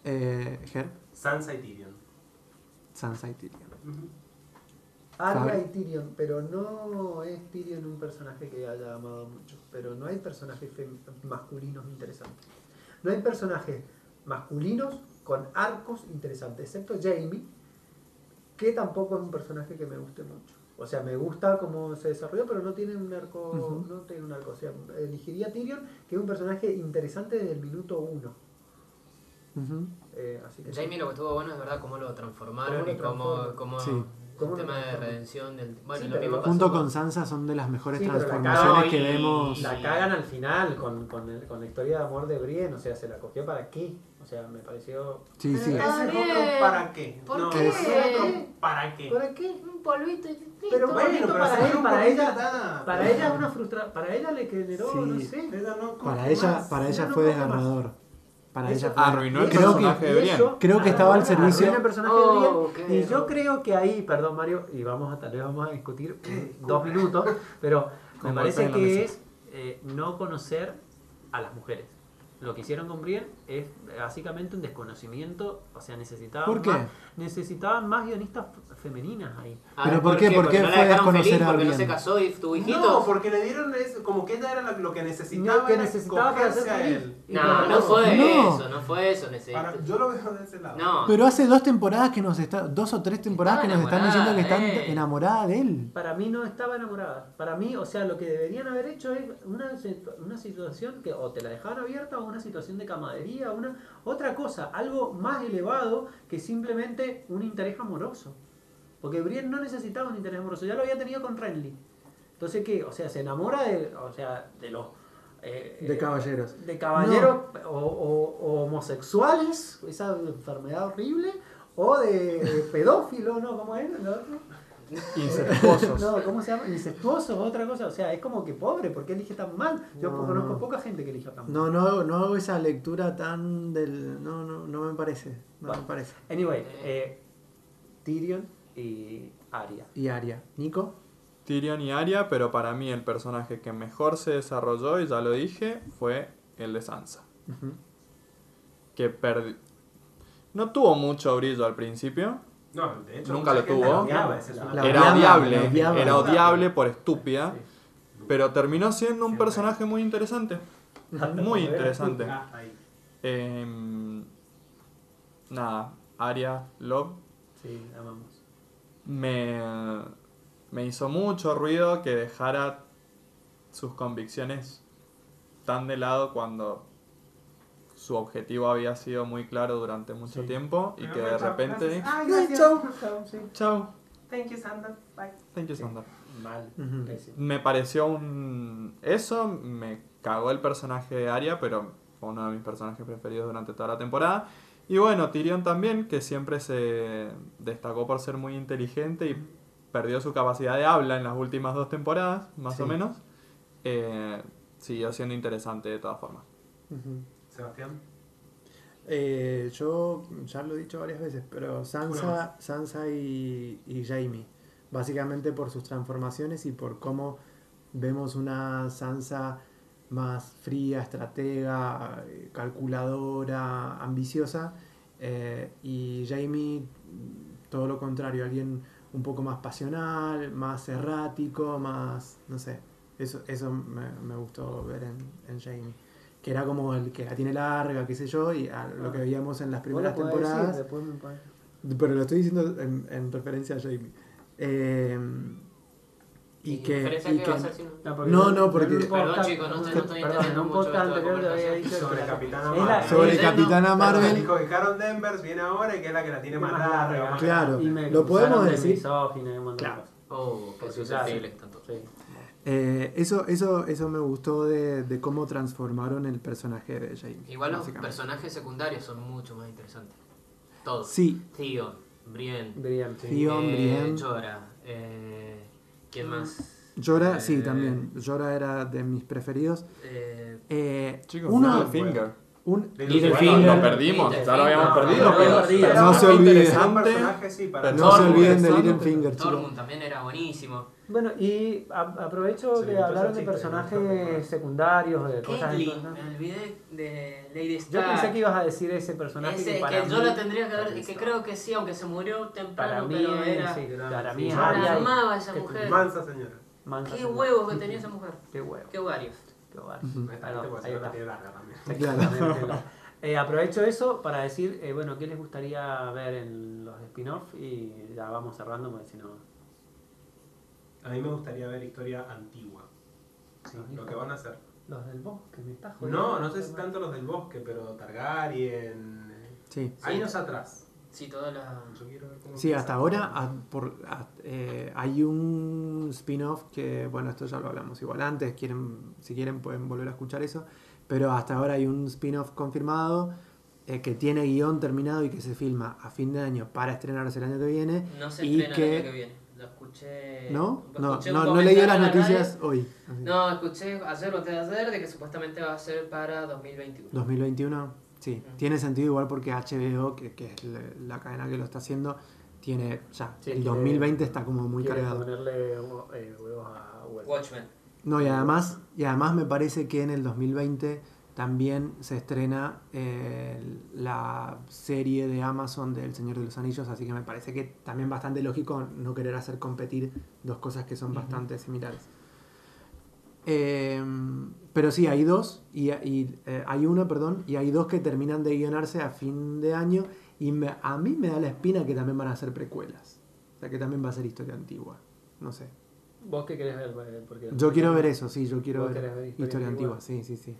A: Eh, Her,
E: Sansa y Tyrion.
A: Sansa y Tyrion.
F: Arya
A: Fabre.
F: y Tyrion, pero no es Tyrion un personaje que haya amado mucho. Pero no hay personajes fem- masculinos interesantes. No hay personajes masculinos con arcos interesantes, excepto Jamie, que tampoco es un personaje que me guste mucho. O sea, me gusta cómo se desarrolló, pero no tiene un arco,
A: Ujú.
F: no tiene un arco. O sea, elegiría a Tyrion, que es un personaje interesante desde el minuto uno.
A: Ujú.
F: Eh, así que
D: Jamie lo que estuvo bueno es verdad cómo lo transformaron
F: Cómo lo
D: y cómo,
F: transforman.
D: cómo
A: Sí.
F: Cómo
D: el
F: lo
D: tema de
F: transforman.
D: redención del bueno
F: Sí,
D: lo
F: pero
D: mismo pasó
A: Junto con Sansa son de las mejores
F: Sí, pero la
A: transformaciones
D: cago
A: que
D: y-
A: vemos.
B: La cagan al final con, con, el- con la historia de amor de Brienne, o sea, se la cogió para aquí. O sea, me pareció.
A: Sí, sí.
E: Ese
G: Ah,
E: es
G: bien.
E: otro para qué.
G: ¿Por
E: no,
G: qué?
E: ese es otro para qué.
F: ¿Para qué?
G: Un polvito y listo.
F: Pero
E: Bueno,
F: bonito
E: pero
F: para
E: hacer
F: él,
E: un
F: para
E: poquito
F: ella,
E: nada.
B: Para ella es una frustración. Para ella le generó,
A: Sí.
B: no sé.
E: Ella no coge
A: Para ella,
E: más.
A: para ella
F: No, no
A: fue
F: coge más.
A: desgarrador. Para
B: Eso
A: ella fue-
C: Arruinó el
A: Creo
C: personaje
A: que-
C: de Brienne.
A: creo que estaba al servicio-
B: El personaje de Brienne.
D: Oh, qué
B: Y yo
D: raro.
B: creo que ahí, perdón Mario, y vamos a tal vez vamos a discutir dos minutos, pero me
C: Con golpes
B: parece
C: en la
B: que
C: mesa.
B: es eh, no conocer a las mujeres. Lo que hicieron con Brienne es básicamente un desconocimiento, o sea, necesitaban
A: ¿Por qué?
B: más, necesitaban más guionistas f- femeninas ahí.
D: Ah,
A: ¿Pero por qué? ¿Por
D: Porque
A: qué
D: no la
A: fue
D: dejaron
A: desconocer
D: feliz
A: a
D: porque no se
A: alguien?
D: casó y tuvo hijitos.
E: No, porque le dieron eso, como que ella era la- lo que necesitaba.
B: que
E: era
B: necesitaba para
E: cogerse
B: ser
E: a
B: feliz.
E: él.
B: Y
D: No,
B: para-
D: no fue
A: No.
D: eso, no fue eso. necesito-
E: Para- yo lo veo de ese lado.
D: No,
A: Pero hace dos temporadas que nos está, dos o tres temporadas que
D: Estaba
A: nos están diciendo que están
D: enamorada de él.
A: enamorada de él.
B: Para mí no estaba enamorada. Para mí, o sea, lo que deberían haber hecho es una, situ- una situación que o te la dejaban abierta o una situación de camadería, una otra cosa, algo más elevado que simplemente un interés amoroso. Porque Brienne no necesitaba un interés amoroso, ya lo había tenido con Renly. Entonces, ¿qué? O sea, se enamora de, o sea, de los... eh, eh,
A: caballeros.
B: de caballeros o, o- o homosexuales, esa enfermedad horrible, o de, de pedófilo, ¿no? ¿Cómo es? ¿No?
C: Incestuosos.
B: No, ¿cómo se llama? Incestuoso, otra cosa. O sea, es como que pobre, ¿por qué elige tan mal? Yo
A: No,
B: conozco
A: no.
B: poca gente que elija tan mal.
A: No, no, hago- no hago esa lectura tan del. No, no, no me parece. No
B: Bueno.
A: me parece.
B: Anyway, eh, Tyrion y Arya.
A: Y Aria. ¿Nico?
C: Tyrion y Arya, pero para mí el personaje que mejor se desarrolló, y ya lo dije, fue el de Sansa.
A: Ujú.
C: Que perdi- No tuvo mucho brillo al principio.
E: No, de hecho.
C: Nunca
E: mucha
C: lo
E: gente
C: tuvo.
E: odiaba, ese es un-
A: La
C: era
A: odiaba,
C: odiable,
A: la odiaba.
C: era odiable por estúpida, pero terminó siendo un personaje muy interesante. Muy interesante.
E: Ah, ahí.
C: Em, nada, Arya Love
B: Sí, amamos.
C: me me hizo mucho ruido que dejara sus convicciones tan de lado cuando su objetivo había sido muy claro durante mucho
B: Sí.
C: tiempo y
E: Me
C: que
E: voy,
C: de
E: Ah, chao,
C: repente
E: gracias.
C: dije,
E: Ay,
C: "Ay,
E: gracias.
C: chau,
E: Chau, sí.
C: chau,
E: Thank you, Sandra. Bye.
C: thank you, Sandra".
E: Mal.
A: Ujú.
B: Pésimo.
C: Me pareció un... Eso me cagó el personaje de Arya, pero fue uno de mis personajes preferidos durante toda la temporada. Y bueno, Tyrion también, que siempre se destacó por ser muy inteligente y perdió su capacidad de habla en las últimas dos temporadas, más
A: Sí.
C: o menos. Eh, siguió siendo interesante de todas formas.
A: Ujú.
E: Sebastián.
A: Eh, yo ya lo he dicho varias veces, pero Sansa, Sansa y, y Jaime, básicamente por sus transformaciones y por cómo vemos una Sansa más fría, estratega, eh, calculadora, ambiciosa, eh, y Jaime todo lo contrario, alguien un poco más pasional, más errático, más, no sé, eso, eso me, me gustó ver en, en Jaime que era como el que la tiene larga, qué sé yo, y a lo que veíamos en las
F: Ah. Vos lo
A: primeras
F: podés decir,
A: temporadas.
F: después me parece.
A: Pero lo estoy diciendo en, en referencia a Jamie. Eh, y,
D: Y
A: que.
D: referencia
A: y
D: que
A: que-
D: va a ser si no.
B: porque
A: No, no,
B: en
A: porque-
B: un
D: Perdón,
B: podcast-
D: chicos, no estoy- no estoy
B: Perdón, en
D: entendiendo
B: un
D: mucho
B: podcast
D: de toda
B: anterior le había
D: conversación.
B: dicho que
E: Sobre
B: la-
E: Capitana
B: Es la-
E: Marvel.
A: sobre
D: Ella
A: Capitana
D: no-
E: Marvel.
A: Marvel.
E: Dijo que Carol Denvers viene ahora y que es la que la tiene más
B: Más larga.
E: larga. más
A: Claro.
B: y me
A: Lo podemos
B: acusaron de
A: decir.
B: misógino y un montón de
A: Claro.
B: cosas.
D: Oh, qué
B: Porque
D: susceptible
B: ya-
D: que están todos.
B: Sí.
A: Eh, eso, eso, eso me gustó de, de cómo transformaron el personaje de Jamie.
D: Igual los personajes secundarios son mucho más interesantes. Todos.
A: Sí,
D: Tío, Brienne,
B: Brillante.
A: Theon,
D: eh,
A: Brienne.
D: Jorah, eh, ¿quién más?
A: Llora, sí,
D: Eh,
A: también. Llora era de mis preferidos.
D: Eh,
A: Eh,
C: Chicos,
A: uno,
C: Littlefinger.
A: un,
C: Bueno,
A: Littlefinger.
C: lo perdimos, ya lo
D: Littlefinger.
C: habíamos
D: No,
C: perdido,
D: no,
C: pero,
B: no, no,
C: pero
A: no
C: fue
A: se
C: muy
A: olviden.
C: interesante.
E: personaje, sí, para
C: Pero
A: No se
C: Tormund,
A: olviden de
C: Tormund.
A: Littlefinger, chicos.
D: Tormund también era buenísimo.
B: Bueno, y a- aprovecho
E: Sí,
B: que
E: entonces
B: hablaron de
E: sí, pero no.
B: personajes secundarios, de cosas
D: Caitlyn,
B: importantes.
D: me olvidé de Lady
B: Yo
D: Stark.
B: pensé que ibas a decir ese personaje
D: Ese,
B: que
D: que,
B: para mí,
D: yo la tendría que
B: para mí
D: ver, que
B: no.
D: creo que sí, aunque se
B: para
D: murió temprano,
B: mí,
D: pero era...
B: sí, para mí
E: Sí,
B: es
E: Este yo la
B: Arya y-
D: amaba a esa
B: qué-
D: mujer.
E: Mansa señora.
B: Mansa
D: Qué
B: también.
D: huevos que tenía esa mujer.
B: Qué huevo,
D: Qué varios.
B: qué barba.
A: Ujú. Este
E: Esta gente Este puede
B: ahí
E: ser una
B: está.
E: tía larga también.
A: Claro.
B: Exactamente, la- Eh, aprovecho eso para decir, eh, bueno, ¿qué les gustaría ver en los spin-off? Y ya vamos cerrando porque si no...
E: A mí me gustaría ver historia antigua. Sí, lo que van a hacer.
B: Los del bosque, me estás jodiendo.
E: No, no sé si tanto los del bosque, pero Targaryen. eh,
A: Sí.
E: Años atrás.
D: Sí, todas las...
E: Yo quiero ver cómo
A: Sí,
E: empieza.
A: hasta ahora a- por- a- eh, hay un spin-off que, bueno, esto ya lo hablamos igual antes, quieren, si quieren pueden volver a escuchar eso, pero hasta ahora hay un spin-off confirmado eh, que tiene guión terminado y que se filma a fin de año para estrenarse el año que viene.
D: No se
A: Y
D: estrena
A: que-
D: el año que viene. Lo escuché.
A: ¿No? No,
D: Eh, escuché un
A: no, no leí
D: comentario
A: las
D: en la
A: noticias
D: radio.
A: hoy. así.
D: No, escuché ayer o antes de ayer de que supuestamente va a ser para 2021.
A: 2021, sí.
D: Mm.
A: Tiene sentido igual porque HBO, que, que es la, la cadena que lo está haciendo, tiene ya,
B: Sí,
D: eh,
A: el
B: quiere-
A: 2020 está como muy
B: Quieren
A: cargado.
B: ponerle huevo- eh, huevos a Huelva.
D: Watchmen.
A: No, y además, y además me parece que en el 2020 también se estrena eh, la serie de Amazon del Señor de los Anillos, así que me parece que también bastante lógico no querer hacer competir dos cosas que son bastante similares. Eh, pero sí, hay dos, y, y, eh, hay uno, perdón, y hay dos que terminan de guionarse a fin de año, y me- a mí me da la espina que también van a ser precuelas, o sea que también va a ser historia antigua, no sé.
B: ¿Vos qué querés ver? eh, Porque
A: Yo quiero ver eso, sí, yo quiero
B: ¿Vos
A: ver,
B: querés ver
A: historia,
B: historia
A: antigua.
B: antigua?
A: sí, sí, sí.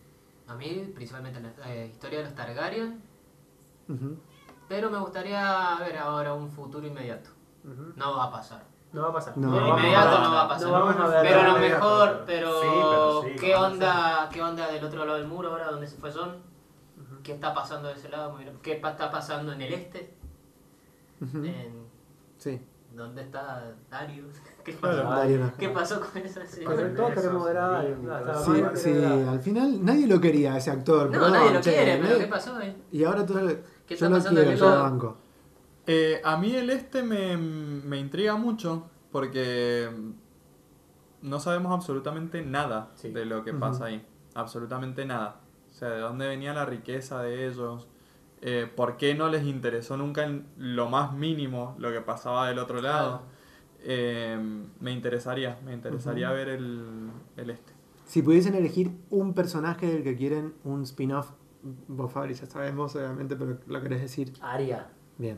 D: A mí, principalmente la eh, historia de los Targaryen.
A: Ujú.
D: Pero me gustaría ver ahora un futuro inmediato.
B: Ujú.
D: No va a pasar.
B: No va a pasar.
A: No,
B: vamos a
D: inmediato
B: ver.
D: no va a pasar.
B: No vamos a ver.
D: Pero a lo
E: inmediato,
D: mejor,
E: pero-
D: pero,
E: Sí, pero sí,
D: ¿qué
E: va a pasar.
D: onda qué onda del otro lado del muro ahora? ¿Dónde se fue John? ¿Qué está pasando de ese lado? ¿Qué pa- está pasando en el este?
A: Ujú.
D: En-
A: Sí.
D: ¿Dónde está Darius? ¿Qué pasó,
C: Claro.
A: Dario
D: ¿Qué
A: Najar.
D: pasó con esa serie?
B: Pero
E: Bueno,
B: todos
E: eso
B: queremos ver Ah, a
E: sería
B: Dario.
E: un-
B: Hasta
A: Sí,
B: Marvel
A: sí,
B: era Dario.
A: al final nadie lo quería ese actor.
D: No,
A: perdón,
D: nadie lo
A: che,
D: quiere, pero
A: nadie-
D: ¿qué pasó? eh?
A: Y ahora tú
D: ¿Qué
A: yo
D: está
A: lo
D: pasando
A: quiero,
D: en
A: yo
D: el-
A: lo banco.
C: Eh, a mí el este me, me intriga mucho porque no sabemos absolutamente nada
B: Sí.
C: de lo que
A: Ujú.
C: pasa ahí. Absolutamente nada. O sea, de dónde venía la riqueza de ellos, eh, por qué no les interesó nunca en lo más mínimo lo que pasaba del otro lado. Eh, me interesaría, me interesaría ver el, el este.
A: Si pudiesen elegir un personaje del que quieren un spin-off, vos Fabri ya sabemos obviamente, pero lo querés decir.
B: Aria.
A: Bien.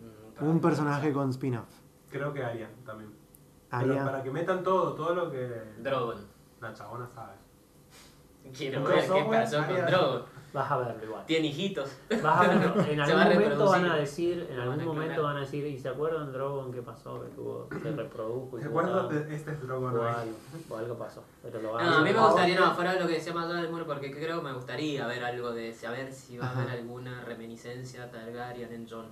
D: Mm, para
A: Un
D: mí,
A: personaje con spin-off.
E: Creo que Arian también. Pero
A: Arya.
E: para que metan todo, todo lo que
D: Drogon.
E: la chabona sabe.
D: Quiero
E: Un
D: ver qué
E: crossover,
D: pasó con
E: Arian.
D: Drogon.
B: Vas a verlo igual.
D: Tiene hijitos.
B: Vas a verlo. En algún
D: va a
B: momento
D: reproducir.
B: van a decir, en
D: Van a
B: algún momento
D: clonar.
B: van a decir, ¿y se acuerdan Drogon qué pasó? Que tuvo, se reprodujo y
D: Pues
E: ¿Te
B: tuvo
E: acuerdas
B: tal,
E: de este es Drogon
B: o
E: hoy?
B: algo, o algo pasó. Pero
A: Ah,
B: lo van
D: No, a mí me
B: hacer.
D: gustaría, no, fuera de lo que decía más allá del muro, porque creo que me gustaría ver algo de saber si va a haber
A: Ajá.
D: alguna reminiscencia Targaryen en Jon.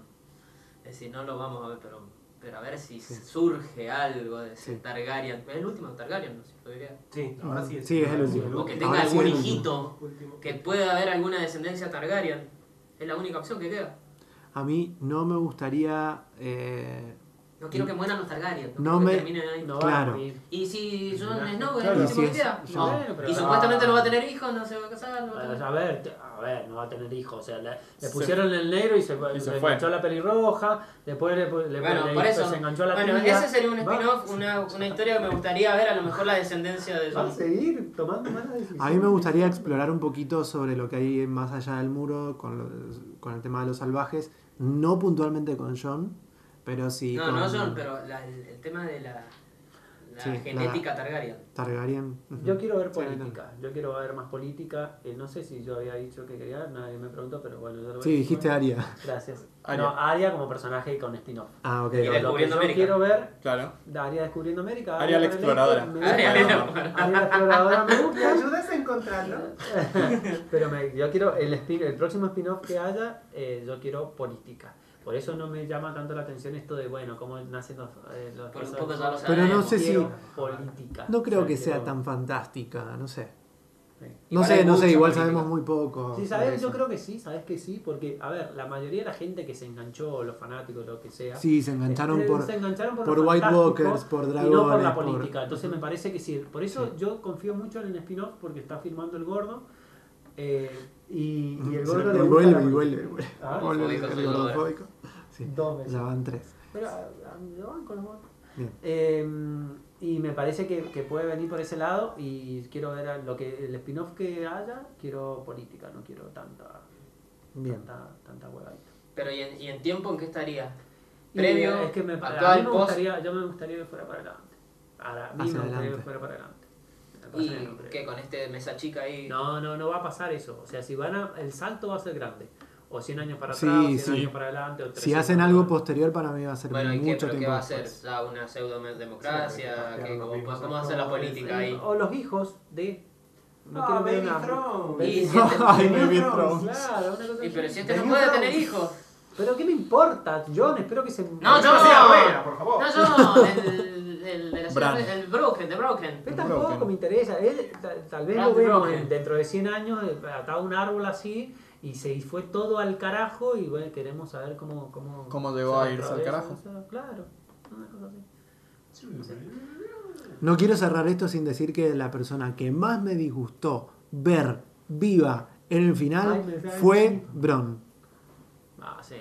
D: Es decir, no lo vamos a ver, pero, pero a ver si
A: Sí.
D: surge algo de ese
A: Sí.
D: Targaryen. Es el último Targaryen, ¿no es cierto? Diría.
E: Sí, ahora sí es.
A: Sí, es el último.
D: O que tenga
A: Ahora sí
D: algún
A: es el último.
D: hijito,
E: Último.
D: que pueda haber alguna descendencia Targaryen. Es la única opción que queda.
A: A mí no me gustaría. eh,
D: No quiero que mueran los Targaryen.
A: No
D: No, quiero
A: me-
D: que terminen ahí.
B: No
A: Claro.
B: van a ir.
D: Y si Jon
E: Claro,
D: Snow es
A: claro,
D: el último
A: así
D: que
A: es.
D: queda.
A: Ya.
D: no.
B: Bueno, pero-
D: Y supuestamente no va a tener hijos, no se va a casar. No va a tener-
B: A ver, te- a ver, no va a tener hijos. O sea, le, le pusieron el negro y se,
C: Y se
B: le
C: fue.
B: enganchó la pelirroja. Después le, pu- le,
D: Bueno,
B: le-
D: por eso.
B: se enganchó la
D: Bueno,
B: tía.
D: ese sería un
B: Va-
D: spin-off, una, una historia que me gustaría ver, a lo mejor la descendencia de
F: Va a
D: Jon.
F: seguir tomando malas decisiones.
A: A mí me gustaría explorar un poquito sobre lo que hay más allá del muro con, los- con el tema de los salvajes. No puntualmente con John, pero sí
D: No,
A: con
D: no Jon, pero la- el, el tema de la, la
A: Sí,
D: genética Targaryen.
A: Targaryen. Ujú.
B: Yo quiero ver
A: Sí,
B: política, yo quiero ver más política. Eh, no sé si yo había dicho que quería, nadie me preguntó, pero bueno, yo lo voy
A: Sí,
B: a decir.
A: dijiste Aria.
B: Gracias.
C: Aria.
B: No, Aria como personaje y con spin-off.
A: Ah, ok.
B: Pero
D: Aria
B: lo que
D: descubriendo
B: yo
D: América.
B: quiero ver,
C: Claro.
B: Aria descubriendo América.
C: Aria la
B: con el
C: exploradora.
B: Héctor, me gusta.
D: Aria,
B: Aria la exploradora me
F: ¿Me
B: gusta.
F: ayudas a encontrarlo?
B: Pero me- yo quiero, el, spin- el próximo spin-off que haya, eh, yo quiero política. Por eso no me llama tanto la atención esto de, bueno, cómo nacen los... eh, los
D: Por un
B: personajes.
D: poco ya lo sabemos.
A: Pero no sé si-
B: Quiero política.
A: No creo
B: O sea,
A: que sea
B: quiero-
A: tan fantástica, no sé.
B: Sí.
A: No
D: Igual hay
A: sé, no sé,
D: mucha
A: igual
D: política.
A: sabemos muy poco.
B: Sí,
A: de
B: ¿sabes?
A: eso.
B: Yo creo que sí, sabes que sí, porque, a ver, la mayoría de la gente que se enganchó, los fanáticos, lo que sea,
A: Sí, se engancharon
B: eh,
A: por,
B: se engancharon por,
A: por
B: los
A: White
B: fantásticos
A: Walkers, por
B: y
A: dragones.
B: no por la
A: por-
B: política. Entonces me parece que sí. Por eso
A: Sí.
B: yo confío mucho en el spin-off porque está filmando el gordo. eh, y, y el
A: Se
B: gordo
A: le-
B: le gusta
A: vuelve
B: la
A: y
B: política.
A: vuelve y vuelve.
B: Ah,
A: Vuelve
D: Fóbico,
A: el
D: soy yo,
A: gordofóbico. Sí,
B: Dos veces.
A: ya van tres.
B: Pero a- a- yo banco los gordos.
A: Bien.
B: Eh, y me parece que, que puede venir por ese lado y quiero ver a lo que el spin-off que haya, quiero política, no quiero tanta,
A: Bien.
B: tanta, tanta huevadita.
D: Pero ¿y en, ¿y en tiempo en qué estaría?
B: Y,
D: Previo,
B: eh, es que me, a
D: actual,
B: mí me
D: post.
B: gustaría, yo me gustaría que fuera para adelante. Para mí
A: Hacia
B: me gustaría que
A: adelante.
B: fuera para adelante. Me parece
D: ¿Y
B: que no, pero-
D: qué con este mesa chica ahí?
B: No, no, no va a pasar eso. O sea, si van a, el salto va a ser grande. O 100 años para atrás,
A: Sí,
B: o 100
A: sí.
B: años para adelante. O 300
A: Si hacen algo
B: para adelante.
A: posterior, para mí va a ser
D: bueno, ¿y qué,
A: mucho
D: pero qué
A: tiempo.
D: va a hacer?
A: después.
D: ¿Ya una pseudo democracia?
E: Sí,
D: ¿Qué-
E: sí, sí,
D: ¿Cómo,
E: sí,
D: cómo va a ser la política ahí?
B: O los hijos de.
D: Ah,
E: No quiero ver
B: una-
E: Baby Throne.
D: Y
B: Ah, Baby-
D: si este-
C: Ay,
E: Game of
C: Baby
E: Thrones.
C: Thrones.
B: Claro, una cosa
D: y
B: así.
D: pero si este no
F: Baby
D: puede
F: Throne.
D: tener hijos.
B: Pero ¿qué me importa? John, espero que se.
D: No,
E: No
D: yo-
E: sea buena, por favor.
D: No, yo, el, el, de la ciudad-
C: Bran.
D: el Broken, de Broken.
B: Pero tampoco
C: Broken.
B: me interesa. Él, tal, tal vez
D: Randy
B: lo vemos
D: Broken.
B: en- dentro de 100 años eh, atado a un árbol así y se fue todo al carajo y bueno, queremos saber cómo... Cómo,
C: Cómo llegó
B: se
C: a irse al
B: atraviesa
C: carajo.
B: esa- claro. una cosa así.
A: No quiero cerrar esto sin decir que la persona que más me disgustó ver viva en el final
B: Ay, me-
A: fue Bron.
B: Ah, sí,
E: Eh,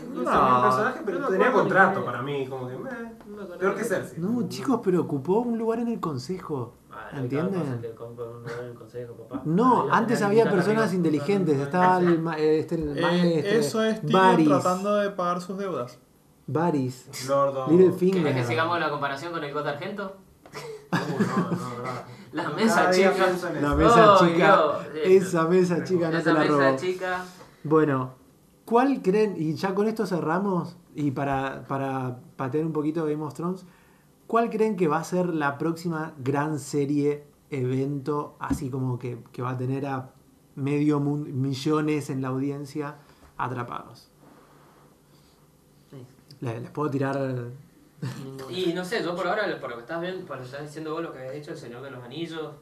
E: que
B: bueno.
E: No, sabía el personaje,
B: No
E: pero
B: me
E: tenía
B: acuerdo ni
E: contrato
B: quién era.
E: para mí, como que meh.
B: No me acuerdo
E: Peor que
B: ni-
E: Cersei.
A: No, chicos, pero ocupó un lugar en el consejo.
B: Ah, no,
A: ¿Entienden?
B: cada cosa que compra un lugar en el Ah, consejo, papá. Ahí
A: No,
B: lo
A: antes
B: tenés
A: había
B: acá
A: personas
B: arriba.
A: inteligentes. Estaba el, ma- este, el
C: Eh,
A: maestre.
C: eso es Tyrion
A: Varys.
C: tratando de pagar sus deudas.
A: Varys.
E: Lordo.
A: Littlefinger.
D: ¿Querés que sigamos la comparación con el Got Argento?
E: Uh, no, no, no.
D: La
E: Yo
D: mesa
E: cada día
D: chica.
E: pienso en eso.
A: La mesa
D: Oh,
A: chica.
D: Dios.
A: Esa mesa chica no
D: Esa
A: te la
D: mesa
A: robo.
D: chica.
A: Bueno, ¿cuál creen? Y ya con esto cerramos. Y para, para patear un poquito Game of Thrones, ¿cuál creen que va a ser la próxima gran serie, evento, así como que, que va a tener a medio mun- millones en la audiencia atrapados?
B: Sí.
A: Le- Les puedo tirar.
D: Y no sé, yo por ahora, por lo que estás viendo, por lo que estás diciendo vos, lo que habías dicho, el Señor de los Anillos.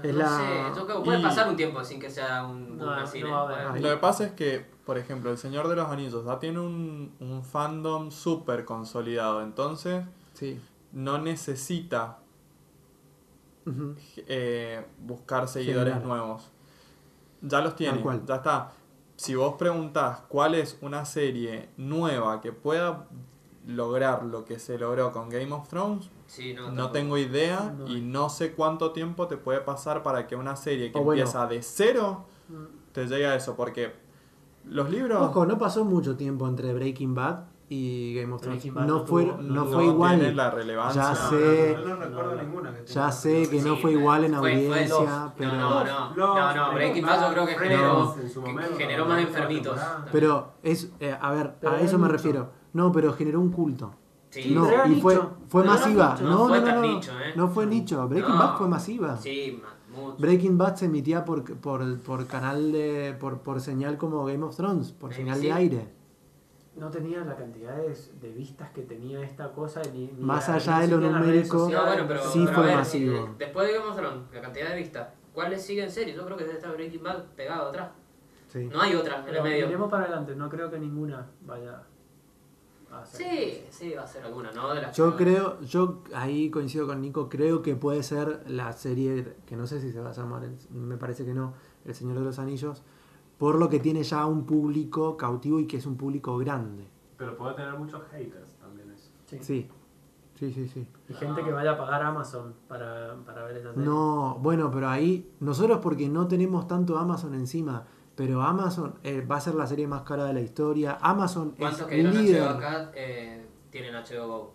D: Pero
A: Es
D: no
A: la-
D: sé, yo creo que puede
C: Y-
D: pasar un tiempo sin que sea un
B: No,
D: boom
B: no
D: así,
B: va
D: ¿eh?
B: a haber.
D: Bueno,
A: Ahí.
C: Lo que pasa es que, por ejemplo, El Señor de los Anillos ya tiene un, un fandom súper consolidado, entonces
A: Sí.
C: no necesita eh, buscar seguidores
A: Generar.
C: nuevos. Ya los tiene,
A: Tal cual.
C: ya está. Si vos preguntás cuál es una serie nueva que pueda lograr lo que se logró con Game of Thrones,
A: Ah.
D: Sí, no,
C: no
D: tampoco.
C: tengo idea
B: No.
C: y no sé cuánto tiempo te puede pasar para que una serie que
A: O bueno. Mm.
C: empieza de cero te llegue a eso, porque los libros...
A: Ojo, no pasó mucho tiempo entre Breaking Bad y Game of Thrones.
B: Breaking Bad
A: No
B: no
A: fue,
B: tuvo-
A: no fue
C: tiene
A: igual.
C: la relevancia.
A: Ya
E: No,
A: sé.
E: no, no, no recuerdo
B: No, no.
E: ninguna que tenga-
A: Ya sé Eh, que no
D: Sí,
A: fue igual en
D: fue- fue dos.
A: audiencia,
D: No,
A: pero...
D: No, no,
E: Los-
D: no, no, Breaking Bad yo creo que
E: Friends,
D: generó-
E: en su
D: que
E: momento,
D: generó más
E: la
D: enfermitos.
E: temporada.
A: Pero es, eh, a ver,
F: Pero
A: a
F: era
A: eso me
F: nicho.
A: refiero. No, pero generó un culto.
D: Sí,
A: no,
E: pero era
A: y fue,
E: nicho.
A: fue
D: No, no,
A: masiva.
D: no, no
A: No, no,
D: fue
A: no,
D: tan
A: no.
D: nicho, ¿eh?
A: No fue nicho. Breaking
D: No.
A: Bad fue masiva.
D: sí, ma- mucho.
A: Breaking Bad se emitía por, por, por canal de. Por, por señal como Game of Thrones, por
D: Sí,
A: señal
D: sí.
A: de aire.
B: No tenía la cantidad de, de vistas que tenía esta cosa. Ni, ni
A: Más
B: la-
A: allá
B: ni
A: de lo
B: siquiera las
A: numérico,
B: redes sociales.
D: No, Ah, bueno, pero,
A: Sí
D: pero
A: fue
D: a ver,
A: masivo.
D: eh, Después de Game of Thrones, la cantidad de vistas, ¿cuáles siguen series? Yo creo que debe estar Breaking Bad pegado atrás.
A: Sí.
D: No hay otra en el
B: Pero
D: medio.
B: miremos para adelante, no creo que ninguna vaya a hacer.
D: Sí, sí, va a ser alguna, ¿no? De las
A: Yo
D: que-
A: creo, yo ahí coincido con Nico, creo que puede ser la serie, que no sé si se va a llamar, el- me parece que no, El Señor de los Anillos, por lo que tiene ya un público cautivo y que es un público grande.
E: Pero puede tener muchos haters también eso.
B: Sí.
A: Sí, sí, sí, sí.
B: Y gente que vaya a pagar Amazon para, para ver esa serie.
A: No, bueno, pero ahí nosotros porque no tenemos tanto Amazon encima, pero Amazon eh, va a ser la serie más cara de la historia. Amazon es
D: ¿Cuántos que dieron HBO
A: líder.
D: acá eh, tienen HBO Go?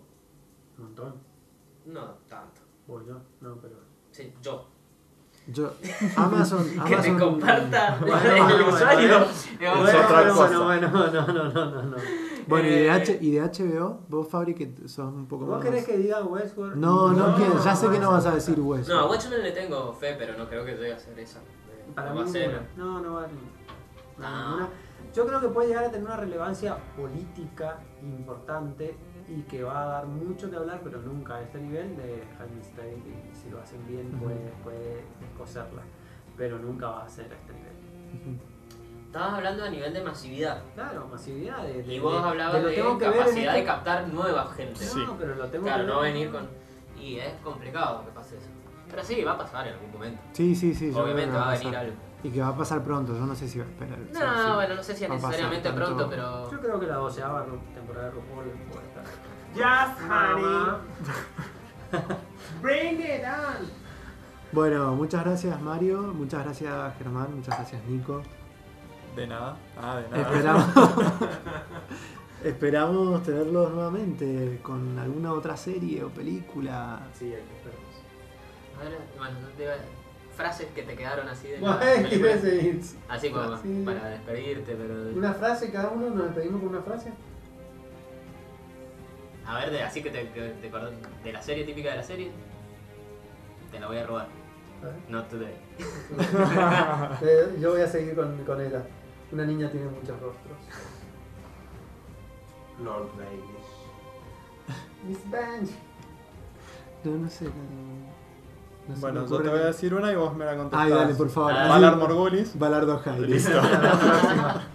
B: Un montón.
D: No tanto.
B: Voy yo. No, pero.
D: Sí, yo.
A: Yo- Amazon,
B: Ah,
D: Que te
A: Amazon-
D: comparta
B: Bueno,
D: el
B: bueno,
D: usuario.
B: bueno.
D: Digo,
C: Es otra
B: bueno,
C: cosa.
B: bueno, bueno, no, no, no, no, no.
A: Bueno, y de,
D: Eh,
A: H- y de HBO, vos Fabri que sos un poco
B: ¿Vos
A: más...
B: querés que diga Westworld?
A: No, no,
E: No,
A: quiero, ya
E: no,
A: sé que no
E: no.
A: vas a decir Wes.
D: No, a Watchmen le tengo fe, pero no creo que llegue a ser esa. Eh,
B: Para
D: no
B: mí
D: va a ser.
B: ninguna. No, no va a ser
D: No.
B: ninguna. Yo creo que puede llegar a tener una relevancia política importante y que va a dar mucho que hablar, pero nunca a este nivel de Jaime State. Y si lo hacen bien,
A: Ujú.
B: puede, puede descoserla, pero nunca va a ser a este nivel.
D: Estabas hablando a nivel de masividad.
B: Claro, masividad. De, de-
D: Y vos
B: de-
D: hablabas
B: lo
D: de
B: tengo que ver en
D: capacidad de
B: este-
D: captar nueva gente.
C: Sí.
B: No, pero lo tengo
D: Claro,
B: que
D: no
B: ver. este
D: venir con. Y es complicado que pase eso. Pero sí, va a pasar en algún momento.
A: Sí, sí, sí. yo creo
D: Obviamente
A: que
D: va a
A: pasar.
D: venir algo.
A: Y que va a pasar pronto, yo no sé si va a esperar.
D: No,
A: sí, sí.
D: bueno, no sé si
A: Va a pasar
D: necesariamente
A: tanto.
D: pronto, pero.
B: Yo creo que la doceava ru- temporada de RuPaul puede estar.
E: Yes,
B: Mamá.
E: Bring it on.
A: Bueno, muchas gracias Mario, muchas gracias Germán, muchas gracias Nico.
C: De nada. Ah, de nada.
A: Esperamos, esperamos tenerlos nuevamente con alguna otra serie o película.
E: Sí, hay que esperar.
D: A ver, bueno, no te iba a- frases que te quedaron así de. la
F: Guay, ¿qué
D: película.
F: ves ahí?
D: Así como
F: Sí.
D: para despedirte, pero.
F: Una frase, cada uno nos despedimos con una frase.
D: A ver, de, así que te, que te acordás de la serie típica de la serie. Te la voy a robar.
F: A ver.
D: No today.
F: Eh, yo voy a seguir con, con ella. Una niña tiene muchos rostros.
E: Lord Baelish.
F: Miss Bench.
A: Yo no sé. no- no se me
C: Bueno, yo
A: ocurre
C: te voy a
A: nada.
C: decir una y vos me la contestás.
A: Ay, dale, por favor.
D: Ah,
A: así-
C: Valar Morgulis.
A: Valar Dohaeris.
C: Listo.
F: Hasta la próxima.